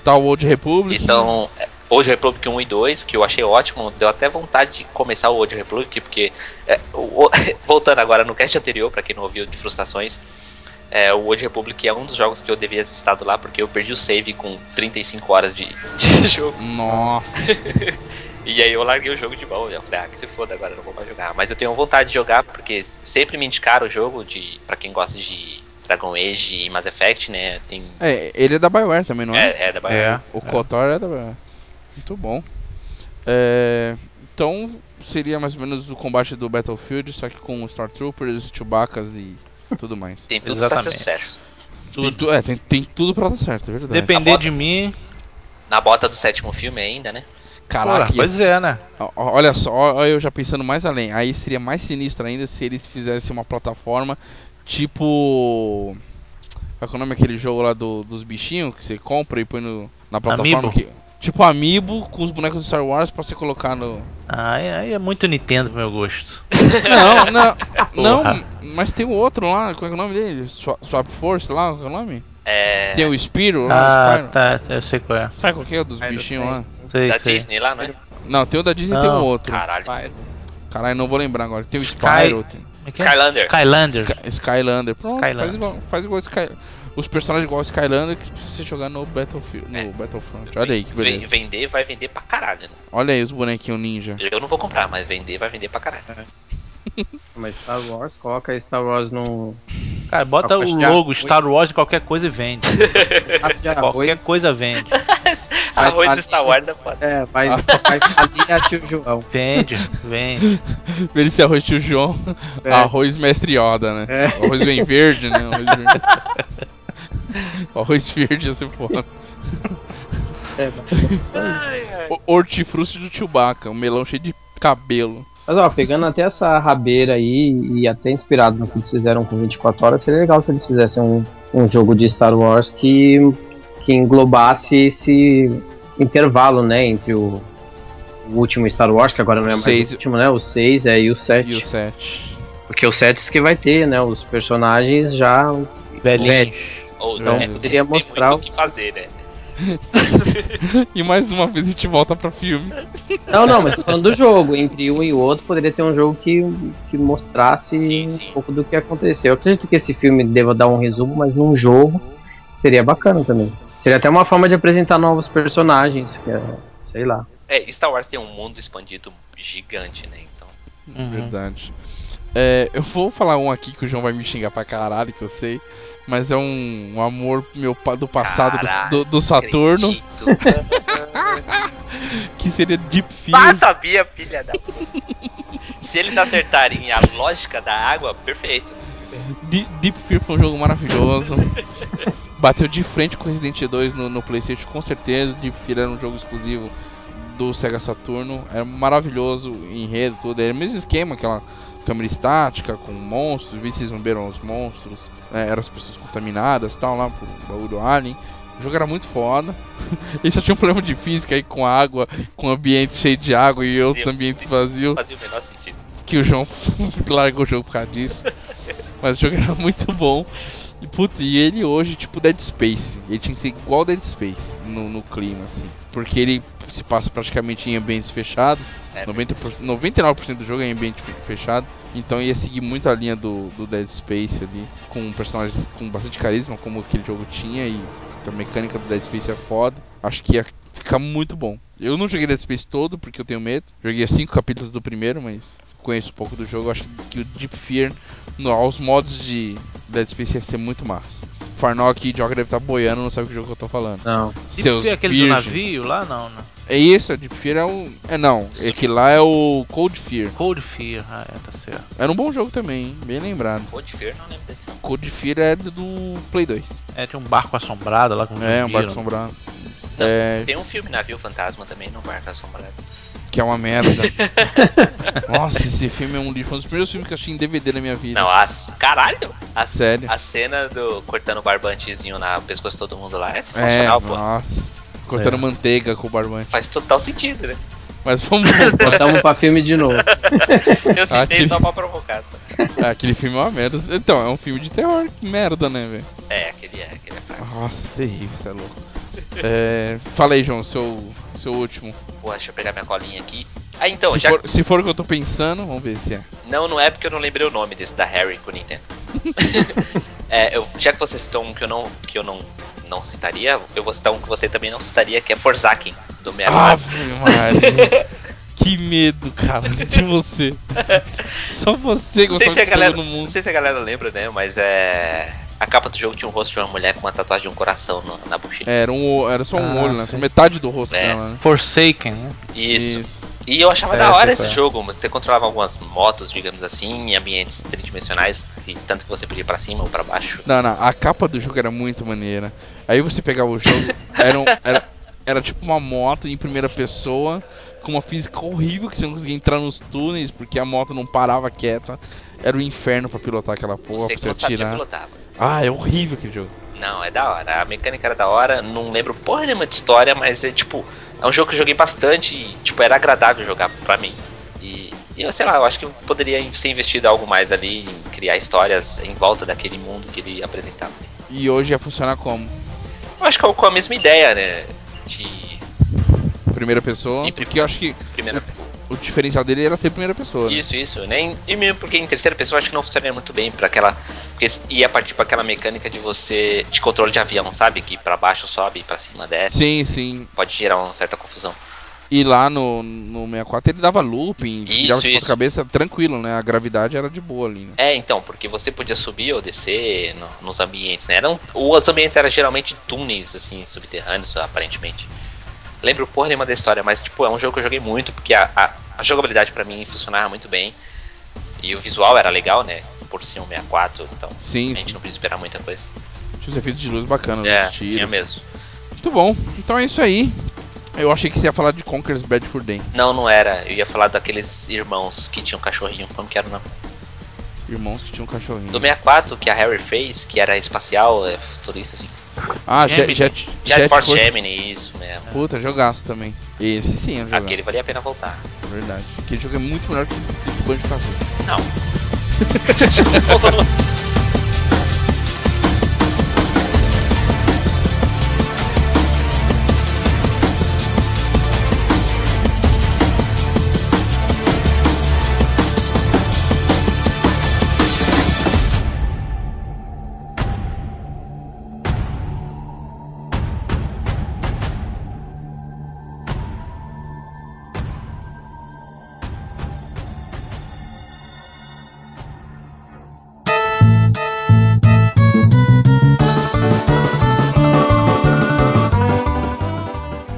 Speaker 1: Tá o Old Republic.
Speaker 2: E são é, Old Republic 1 e 2, que eu achei ótimo, deu até vontade de começar o Old Republic, porque é, o- o- voltando agora no cast anterior, pra quem não ouviu de frustrações, é, o Old Republic é um dos jogos que eu devia ter estado lá, porque eu perdi o save com 35 horas de, de jogo.
Speaker 1: Nossa.
Speaker 2: E aí eu larguei o jogo de mão, eu falei, ah, que se foda agora, eu não vou mais jogar. Mas eu tenho vontade de jogar, porque sempre me indicaram o jogo de. para quem gosta de Dragon Age e Mass Effect, né? Tem.
Speaker 1: É, ele é da Bioware também, não é?
Speaker 2: É, é da Bioware.
Speaker 3: É.
Speaker 1: O Kotor é da Bioware. Muito bom. É, então, seria mais ou menos o combate do Battlefield, só que com Stormtroopers, Chewbaccas e tudo mais.
Speaker 2: Tem tudo pra
Speaker 3: Exatamente.
Speaker 2: ser sucesso.
Speaker 1: Tem, tu- é, tem, tem tudo pra dar certo, é verdade.
Speaker 3: Depender
Speaker 2: bota-
Speaker 3: de mim.
Speaker 2: Na bota do sétimo filme ainda, né?
Speaker 1: Caraca,
Speaker 3: porra, pois é, né?
Speaker 1: Ó, ó, Olha só, ó, eu já pensando mais além. Aí seria mais sinistro ainda se eles fizessem uma plataforma tipo. Qual que é o nome daquele jogo lá do- dos bichinhos que você compra e põe no, na plataforma?
Speaker 3: Amiibo.
Speaker 1: que- tipo Amiibo com os bonecos do Star Wars pra você colocar no.
Speaker 3: Aí, aí é muito Nintendo pro meu gosto.
Speaker 1: Não, não, não,
Speaker 3: Porra.
Speaker 1: mas tem o outro lá, qual é que é o nome dele? Swa- Swap Force lá, qual é o nome?
Speaker 2: É.
Speaker 1: Tem o Spiro lá,
Speaker 3: Ah,
Speaker 1: Spyro.
Speaker 3: tá. Eu sei qual é.
Speaker 1: sabe qual que é? Dos
Speaker 5: Ah, eu
Speaker 1: bichinhos
Speaker 5: sei.
Speaker 1: lá.
Speaker 3: Sei,
Speaker 2: da
Speaker 3: sei.
Speaker 2: Disney lá, não é?
Speaker 1: Não, tem o da Disney e tem o
Speaker 3: Não.
Speaker 1: outro.
Speaker 2: Caralho.
Speaker 1: Caralho, não vou lembrar agora. Tem o Spyro, tem...
Speaker 3: Como é que é?
Speaker 2: Skylander.
Speaker 3: Skylander.
Speaker 1: Sky- Skylander. Pronto,
Speaker 3: Skylander.
Speaker 1: faz igual, faz igual Sky- os personagens igual Skylander que precisa jogar no Battlefield, no
Speaker 2: É.
Speaker 1: Battlefront. Olha aí que
Speaker 2: Ven-
Speaker 1: beleza.
Speaker 2: Vender vai vender pra caralho. Né?
Speaker 1: Olha aí os bonequinhos ninja.
Speaker 2: Eu não vou comprar, mas vender vai vender pra caralho.
Speaker 4: Mas Star Wars, coloca Star Wars num
Speaker 3: Cara, bota
Speaker 4: Ah,
Speaker 3: o
Speaker 4: passear.
Speaker 3: logo Star Wars em qualquer coisa e vende.
Speaker 4: prato de
Speaker 3: Qualquer
Speaker 4: arroz.
Speaker 3: coisa vende.
Speaker 4: Vai-
Speaker 2: Arroz
Speaker 4: vai-
Speaker 2: Star Wars da foda.
Speaker 4: É,
Speaker 1: Ah.
Speaker 4: faz, faz farinha tio João.
Speaker 3: Vende, vende.
Speaker 1: Esse arroz tio João,
Speaker 4: É.
Speaker 1: arroz mestre Yoda, né?
Speaker 4: É.
Speaker 1: O Arroz bem verde, né? O Arroz verde. O arroz verde assim, ia ser foda.
Speaker 4: É,
Speaker 1: O hortifruti do Chewbacca, um melão cheio de cabelo.
Speaker 4: Mas ó, pegando até essa rabeira aí e até inspirado no que eles fizeram com 24 horas, seria legal se eles fizessem um, um jogo de Star Wars que, que englobasse esse intervalo, né, entre o, o último Star Wars, que agora não é mais
Speaker 1: Seis.
Speaker 4: o último, né, o 6 é, e
Speaker 1: E
Speaker 4: o
Speaker 1: o
Speaker 4: 7.
Speaker 1: 7.
Speaker 4: Porque o 7 que vai ter, né, os personagens já...
Speaker 3: Velhinhos.
Speaker 2: Ou
Speaker 1: Então,
Speaker 2: né,
Speaker 1: eu
Speaker 4: queria
Speaker 2: tem
Speaker 4: mostrar
Speaker 2: muito
Speaker 4: o-
Speaker 2: o que fazer, né?
Speaker 1: E mais uma vez a gente volta pra filmes.
Speaker 4: Não, não, mas tô falando do jogo, entre um e o outro poderia ter um jogo que, que mostrasse
Speaker 2: Sim, sim.
Speaker 4: um pouco do que aconteceu. Eu acredito que esse filme deva dar um resumo, mas num jogo seria bacana também. Seria até uma forma de apresentar novos personagens, que é, sei lá.
Speaker 2: É, Star Wars tem um mundo expandido gigante, né? Então.
Speaker 3: Uhum.
Speaker 1: Verdade. É, eu vou falar um aqui que o João vai me xingar pra caralho, que eu sei. Mas é um, um amor meu pa- do passado do-
Speaker 2: Caralho,
Speaker 1: do, do Saturno,
Speaker 2: Acredito.
Speaker 1: que seria Deep
Speaker 2: Ah,
Speaker 1: Fields.
Speaker 2: sabia, filha da. Se eles acertarem a lógica da água, perfeito.
Speaker 1: Di- Deep Fear foi um jogo maravilhoso. Bateu de frente com Resident Evil 2 no, no PlayStation, com certeza. Deep Fear era um jogo exclusivo do Sega Saturno. Era maravilhoso, o enredo, tudo. Era o mesmo esquema, aquela câmera estática com monstros, vi se zumbiram os monstros, né, eram as pessoas contaminadas tal, lá pro baú do Alien. O jogo era muito foda. Ele só tinha um problema de física aí com água, com ambientes cheios de água e outros
Speaker 2: Sim.
Speaker 1: ambientes vazios
Speaker 2: Fazia o menor sentido.
Speaker 1: que o João largou o jogo por causa disso. Mas o jogo era muito bom. E, puta, e ele hoje, tipo Dead Space. Ele tinha que ser igual Dead Space no, no clima, assim. Porque ele se passa praticamente em ambientes fechados.
Speaker 2: É,
Speaker 1: 90%, 99% do jogo é em ambiente fe- fechado. Então ia seguir muito a linha do, do Dead Space ali. Com personagens com bastante carisma, como aquele jogo tinha. E puta, a mecânica do Dead Space é foda. Acho que ia ficar muito bom. Eu não joguei Dead Space todo, porque eu tenho medo. Joguei cinco capítulos do primeiro, mas conheço um pouco do jogo. Acho que o Deep Fear, no, aos modos de Dead Space, ia ser muito massa. Farnock e Joker deve estar boiando, não sabe que jogo que eu tô falando.
Speaker 4: Não.
Speaker 1: Seus
Speaker 3: e é aquele do
Speaker 1: virgens.
Speaker 3: navio lá, não, né?
Speaker 1: É isso, o Deep Fear é um. É não, é que lá é o Cold Fear.
Speaker 3: Cold Fear, ah, é, tá certo.
Speaker 1: Era um bom jogo também, hein? bem lembrado.
Speaker 2: Pode ver, não lembro desse. não.
Speaker 1: Cold Fear é do Play 2.
Speaker 3: É, tinha um barco assombrado lá com
Speaker 1: É, um
Speaker 3: vampiro,
Speaker 1: barco
Speaker 3: né?
Speaker 1: assombrado.
Speaker 2: Não,
Speaker 1: É,
Speaker 2: Tem um filme Navio Fantasma também, no Barco Assombrado.
Speaker 1: que é uma merda. Nossa, esse filme é um lixo. Foi um dos primeiros filmes que eu achei em DVD na minha vida.
Speaker 2: Não, é as... caralho! A,
Speaker 1: Sério?
Speaker 2: a cena do cortando o barbantezinho na pescoço de todo mundo lá é
Speaker 1: é,
Speaker 2: sensacional, pô.
Speaker 1: nossa. Cortando
Speaker 3: É.
Speaker 1: manteiga com o barbante.
Speaker 2: Faz total sentido, né?
Speaker 1: Mas vamos
Speaker 4: Voltamos um pra filme de novo.
Speaker 2: Eu citei
Speaker 1: Aquele-
Speaker 2: só pra provocar. sabe?
Speaker 1: Ah, Aquele filme é uma merda. Então, é um filme de terror. Que merda, né, velho?
Speaker 2: É, aquele é, aquele é fraco.
Speaker 1: Nossa, terrível, você é louco. É, fala aí, João, seu, seu último.
Speaker 2: Pô, deixa eu pegar minha colinha aqui. Ah, então,
Speaker 1: se,
Speaker 2: já.
Speaker 1: for, se for o que eu tô pensando, vamos ver se é.
Speaker 2: Não, não é porque eu não lembrei o nome desse da Harry com o Nintendo. É, eu- já que você citou um que eu não, que eu não, não citaria, eu vou citar um que você também não citaria, que é Forsaken, do
Speaker 1: Ah,
Speaker 2: meu
Speaker 1: Ave Maria. que medo, cara, de você. Só você
Speaker 2: Não sei,
Speaker 1: gostava
Speaker 2: se
Speaker 1: de
Speaker 2: a
Speaker 1: escrever
Speaker 2: galera,
Speaker 1: no
Speaker 2: não
Speaker 1: mundo.
Speaker 2: sei se a galera lembra, né? Mas é. A capa do jogo tinha um rosto de uma mulher com uma tatuagem de um coração no- na bochecha.
Speaker 1: Era, um, o- era só um
Speaker 3: Ah,
Speaker 1: olho, né?
Speaker 3: sim.
Speaker 1: Metade do rosto
Speaker 2: É.
Speaker 1: dela, né?
Speaker 3: Forsaken, né?
Speaker 2: Isso. E eu achava
Speaker 1: É,
Speaker 2: da hora
Speaker 1: sei
Speaker 2: esse
Speaker 1: qual é.
Speaker 2: jogo. mas Você controlava algumas motos, digamos assim, em ambientes tridimensionais, que, tanto que você podia ir pra cima ou pra baixo.
Speaker 1: Não, não, a capa do jogo era muito maneira. Aí você pegava o jogo, era, um- era, era tipo uma moto em primeira pessoa, com uma física horrível que você não conseguia entrar nos túneis porque a moto não parava quieta. Era o inferno pra pilotar aquela porra, pra
Speaker 2: você que
Speaker 1: você
Speaker 2: não sabia
Speaker 1: atirar.
Speaker 2: pilotar.
Speaker 1: Ah, é horrível aquele jogo.
Speaker 2: Não, é da hora. A mecânica era da hora. Não lembro porra nenhuma de história, mas é tipo. É um jogo que eu joguei bastante e, tipo, era agradável jogar pra mim. E e eu sei lá, eu acho que eu poderia ser investido algo mais ali, em criar histórias em volta daquele mundo que ele apresentava.
Speaker 1: E hoje ia funcionar como?
Speaker 2: Eu acho que é com a mesma ideia, né? De
Speaker 1: Primeira pessoa,
Speaker 2: Em
Speaker 1: porque eu acho que
Speaker 2: primeira.
Speaker 1: o diferencial dele era ser primeira pessoa. Né?
Speaker 2: Isso, isso. Nem, e mesmo porque em terceira pessoa acho que não funcionaria muito bem para aquela. Porque ia partir para aquela mecânica de você. de controle de avião, sabe? Que pra baixo sobe e pra cima desce.
Speaker 1: Sim, sim.
Speaker 2: Pode gerar uma certa confusão.
Speaker 1: E lá no, no 64 ele dava looping,
Speaker 2: Isso,
Speaker 1: dava de
Speaker 2: isso.
Speaker 1: cabeça tranquilo, né? A gravidade era de boa ali, né?
Speaker 2: É, então, porque você podia subir ou descer no- nos ambientes, né? Eram, os ambientes eram geralmente túneis, assim, subterrâneos, aparentemente. Lembro porra nenhuma da história, mas, tipo, é um jogo que eu joguei muito, porque a, a- a jogabilidade pra mim funcionava muito bem. E o visual era legal, né? Por ser um 64, então
Speaker 1: Sim,
Speaker 2: a gente
Speaker 1: sim.
Speaker 2: não podia esperar muita coisa.
Speaker 1: Tinha os efeitos de luz bacanas,
Speaker 2: É,
Speaker 1: os tiros.
Speaker 2: tinha mesmo.
Speaker 1: Muito bom. Então é isso aí. Eu achei que você ia falar de Conker's Bad for Day.
Speaker 2: Não, não era. Eu ia falar daqueles irmãos que tinham cachorrinho, como que era o nome?
Speaker 1: Irmãos que tinham um cachorrinho.
Speaker 2: Do 64, que a Harry fez, que era espacial, é, futurista, assim.
Speaker 1: Ah, Jet,
Speaker 3: Gemini.
Speaker 1: Jet,
Speaker 2: Jet, Force Gemini, isso mesmo.
Speaker 1: Puta, jogaço também. Esse sim é um jogaço.
Speaker 2: Aquele valia a pena voltar.
Speaker 1: é Verdade. Aquele jogo é muito melhor que do que Banjo Kazooie.
Speaker 2: Não.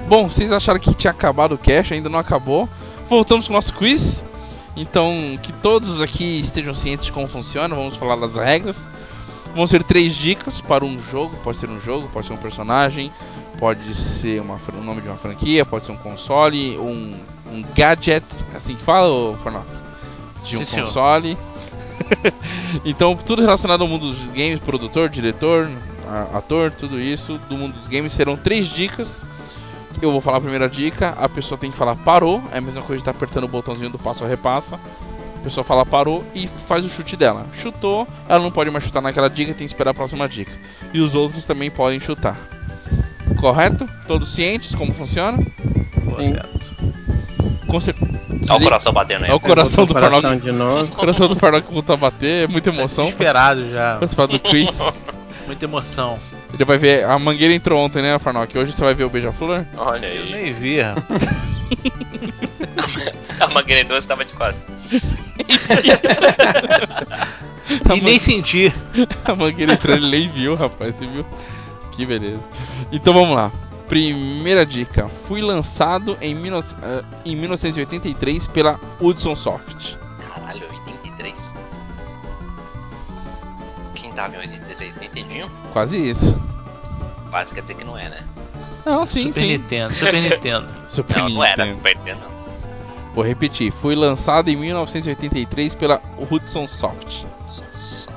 Speaker 1: Bom, vocês acharam que tinha acabado o cash, ainda não acabou. Voltamos com o nosso quiz. Então, que todos aqui estejam cientes de como funciona, vamos falar das regras. Vão ser três dicas para um jogo, pode ser um jogo, pode ser um personagem, pode ser uma fran- o nome de uma franquia, pode ser um console, um, um gadget, é assim que fala, ô, Fornoc? De um
Speaker 3: Sim, senhor.
Speaker 1: console. então, tudo relacionado ao mundo dos games, produtor, diretor, a- ator, tudo isso, do mundo dos games, serão três dicas. Eu tá vou falar a primeira dica, a pessoa tem que falar parou, é a mesma coisa de estar apertando o botãozinho do passo a repassa. a pessoa fala parou e faz o chute dela. Chutou, ela não pode mais chutar naquela dica, tem que esperar a próxima dica. E os outros também podem chutar. Correto? Todos cientes como funciona? Com cer-
Speaker 2: Olha o coração batendo aí.
Speaker 1: É o coração do
Speaker 4: um coração
Speaker 1: Farnock.
Speaker 4: de novo.
Speaker 1: O coração do Farnock voltou a bater, é muita emoção.
Speaker 3: Esperado já.
Speaker 1: Participar do quiz.
Speaker 3: Muita emoção.
Speaker 1: Ele vai ver. A mangueira entrou ontem, né, Farnock? Hoje você vai ver o Beija-Flor?
Speaker 2: Olha
Speaker 3: Eu
Speaker 2: aí.
Speaker 3: nem vi, rapaz.
Speaker 2: A mangueira entrou, você tava de costa.
Speaker 1: Tá
Speaker 3: E nem senti.
Speaker 1: A mangueira entrou, ele nem viu, rapaz, você viu? Que beleza. Então vamos lá. Primeira dica. Fui lançado em, 19 eh, em 1983 pela Hudson Soft.
Speaker 2: Caralho, 83? Quem tava em 83? Nintendinho?
Speaker 1: Quase isso.
Speaker 2: Quase quer dizer que não é, né?
Speaker 1: Não, sim,
Speaker 3: Super
Speaker 1: sim.
Speaker 3: Nintendo, Super Nintendo.
Speaker 1: Super
Speaker 2: Não, não era assim.
Speaker 1: Nintendo.
Speaker 2: Super Nintendo. não.
Speaker 1: Vou repetir. Fui lançado em 1983 pela Hudson Soft.
Speaker 2: Só-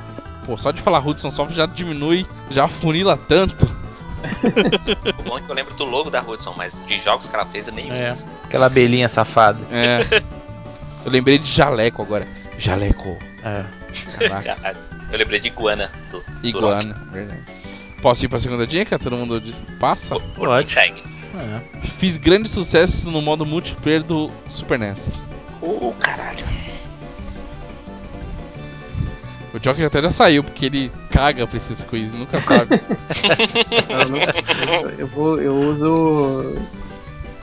Speaker 1: Pô, só de falar Hudson Soft já diminui, já afunila tanto.
Speaker 2: O bom é que eu lembro do logo da Hudson, mas de jogos que ela fez eu nem.
Speaker 3: É. Aquela abelhinha safada.
Speaker 1: É. Eu lembrei de jaleco agora. Jaleco.
Speaker 3: É.
Speaker 1: Caraca.
Speaker 2: Caralho. Ah, Eu lembrei de Iguana. Do, do Rock.
Speaker 1: Iguana, verdade. Posso ir pra segunda dica? Todo mundo diz- passa?
Speaker 2: Quem
Speaker 3: Pode.
Speaker 2: segue?
Speaker 3: É.
Speaker 1: Fiz grande sucesso no modo multiplayer do Super NES.
Speaker 2: Ô, caralho.
Speaker 1: O Joker até já saiu, porque ele caga pra esses quiz, nunca sabe.
Speaker 4: Eu, não- eu vou, eu uso.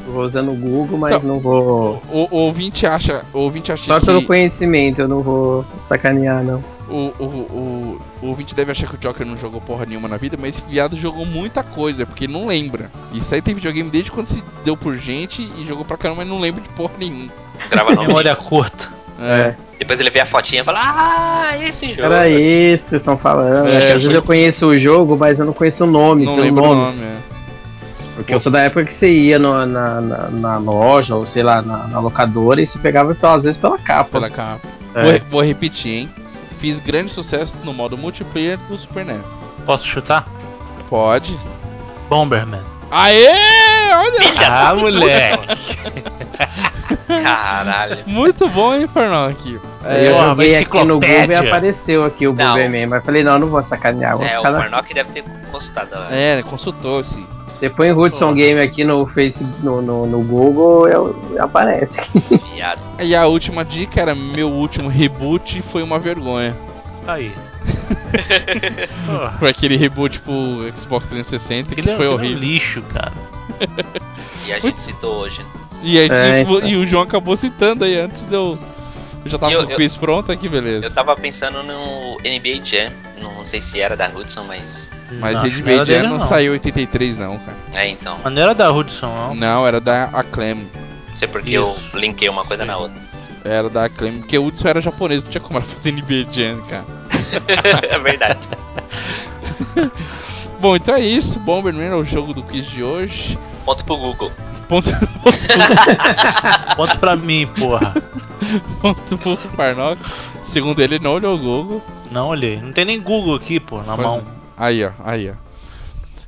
Speaker 4: Eu vou usando o Google, mas
Speaker 1: Então,
Speaker 4: não vou.
Speaker 1: o, o ouvinte acha, o ouvinte acha
Speaker 4: Só
Speaker 1: que
Speaker 4: pelo conhecimento, eu não vou sacanear, não.
Speaker 1: o, o, o, o ouvinte deve achar que o Joker não jogou porra nenhuma na vida, mas esse viado jogou muita coisa, porque não lembra. Isso aí tem videogame desde quando se deu por gente e jogou pra caramba, mas não lembra de porra nenhuma.
Speaker 2: Grava não.
Speaker 3: Memória curta.
Speaker 1: É.
Speaker 2: Depois ele vê a fotinha e fala: Ah, esse jogo.
Speaker 4: Era isso que vocês estão falando.
Speaker 1: É,
Speaker 4: Às vezes eu conheço o jogo, mas eu não conheço o nome,
Speaker 1: não
Speaker 4: pelo
Speaker 1: lembro o
Speaker 4: um nome.
Speaker 1: nome. é.
Speaker 4: Porque eu sou da época que você ia no- na, na, na loja, ou sei lá, na, na locadora, e você pegava, pela- às vezes, pela capa.
Speaker 1: pela capa.
Speaker 4: É.
Speaker 1: Vou, re- vou repetir, hein? Fiz grande sucesso no modo multiplayer do Super NES.
Speaker 3: Posso chutar?
Speaker 1: Pode.
Speaker 3: Bomberman.
Speaker 1: Aê! Olha!
Speaker 3: Ah, moleque.
Speaker 2: Caralho.
Speaker 1: Muito bom, hein, Farnock?
Speaker 4: Aí eu
Speaker 3: Porra,
Speaker 4: joguei
Speaker 3: uma
Speaker 4: aqui no Google e
Speaker 3: enciclopédia.
Speaker 4: apareceu aqui o
Speaker 2: Não.
Speaker 4: Bomberman, mas falei, não, eu não vou sacanear. Vou
Speaker 2: É, o
Speaker 4: ficar na-
Speaker 2: Farnock deve ter consultado. ó.
Speaker 1: É, ele consultou esse.
Speaker 4: Você põe Hudson Game aqui no Face, no, no, no Google, eu- aparece.
Speaker 2: Viado.
Speaker 1: E a última dica era: meu último reboot foi uma vergonha.
Speaker 3: Aí. Porra,
Speaker 1: Foi aquele reboot pro Xbox 360 que
Speaker 3: aquele
Speaker 1: foi
Speaker 3: aquele é um
Speaker 1: horrível.
Speaker 3: lixo, cara.
Speaker 2: E a gente citou hoje.
Speaker 1: E, aí,
Speaker 4: É,
Speaker 1: e vo- e o João acabou citando aí antes de eu. Eu já tava
Speaker 2: E eu-
Speaker 1: com o
Speaker 2: eu-
Speaker 1: quiz pronto, que
Speaker 2: Eu
Speaker 1: beleza.
Speaker 2: tava pensando no NBA Jam. Não sei se era da Hudson, mas.
Speaker 1: Mas
Speaker 3: Nossa,
Speaker 1: Red
Speaker 3: não era
Speaker 1: Bait Jam
Speaker 3: dele,
Speaker 1: não saiu em 83, não, cara.
Speaker 2: É, então.
Speaker 3: Mas não era da Hudson, não.
Speaker 1: Não, era da Acclaim.
Speaker 2: Não sei porque
Speaker 3: Isso.
Speaker 2: eu linkei uma coisa na outra.
Speaker 1: Era da Acclaim, porque o Hudson era japonês, não tinha como ela fazer NBA Jam, cara.
Speaker 2: é verdade.
Speaker 1: Bom, então é isso. Bomberman é o jogo do quiz de hoje.
Speaker 2: Ponto pro Google.
Speaker 1: Ponto,
Speaker 3: Ponto pra mim, porra.
Speaker 1: ponto pro Farnock. Segundo ele, não olhou o Google.
Speaker 3: Não olhei. Não tem nem Google aqui, pô, na mão.
Speaker 1: Aí, ó, aí, ó.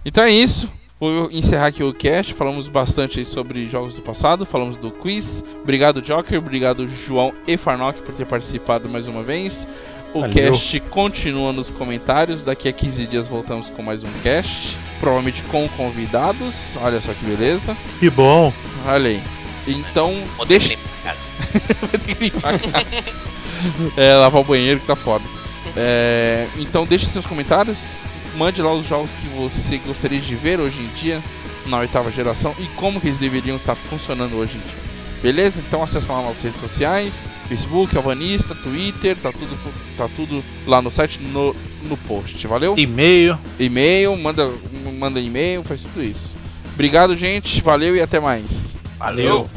Speaker 1: Então é isso. Vou encerrar aqui o cast. Falamos bastante aí sobre jogos do passado, falamos do quiz. Obrigado, Joker. Obrigado, João e Farnock, por ter participado mais uma vez. O
Speaker 3: Valeu.
Speaker 1: cast continua nos comentários. Daqui a 15 dias voltamos com mais um cast. Provavelmente com convidados. Olha só que beleza.
Speaker 3: Que bom.
Speaker 1: Olha aí. Então,
Speaker 2: Ponto
Speaker 1: deixa.
Speaker 2: pro Nick, cara.
Speaker 1: Vai ter que limpar a casa. É, lavar o banheiro que tá foda. É, então deixe seus comentários, mande lá os jogos que você gostaria de ver hoje em dia na oitava geração e como que eles deveriam estar funcionando hoje em dia. Beleza? Então acessa lá nossas redes sociais, Facebook, Alvanista, Twitter, tá tudo, tá tudo lá no site, no, no post. Valeu?
Speaker 3: E-mail.
Speaker 1: E-mail, manda, manda e-mail, faz tudo isso. Obrigado, gente. Valeu e até mais.
Speaker 3: Valeu.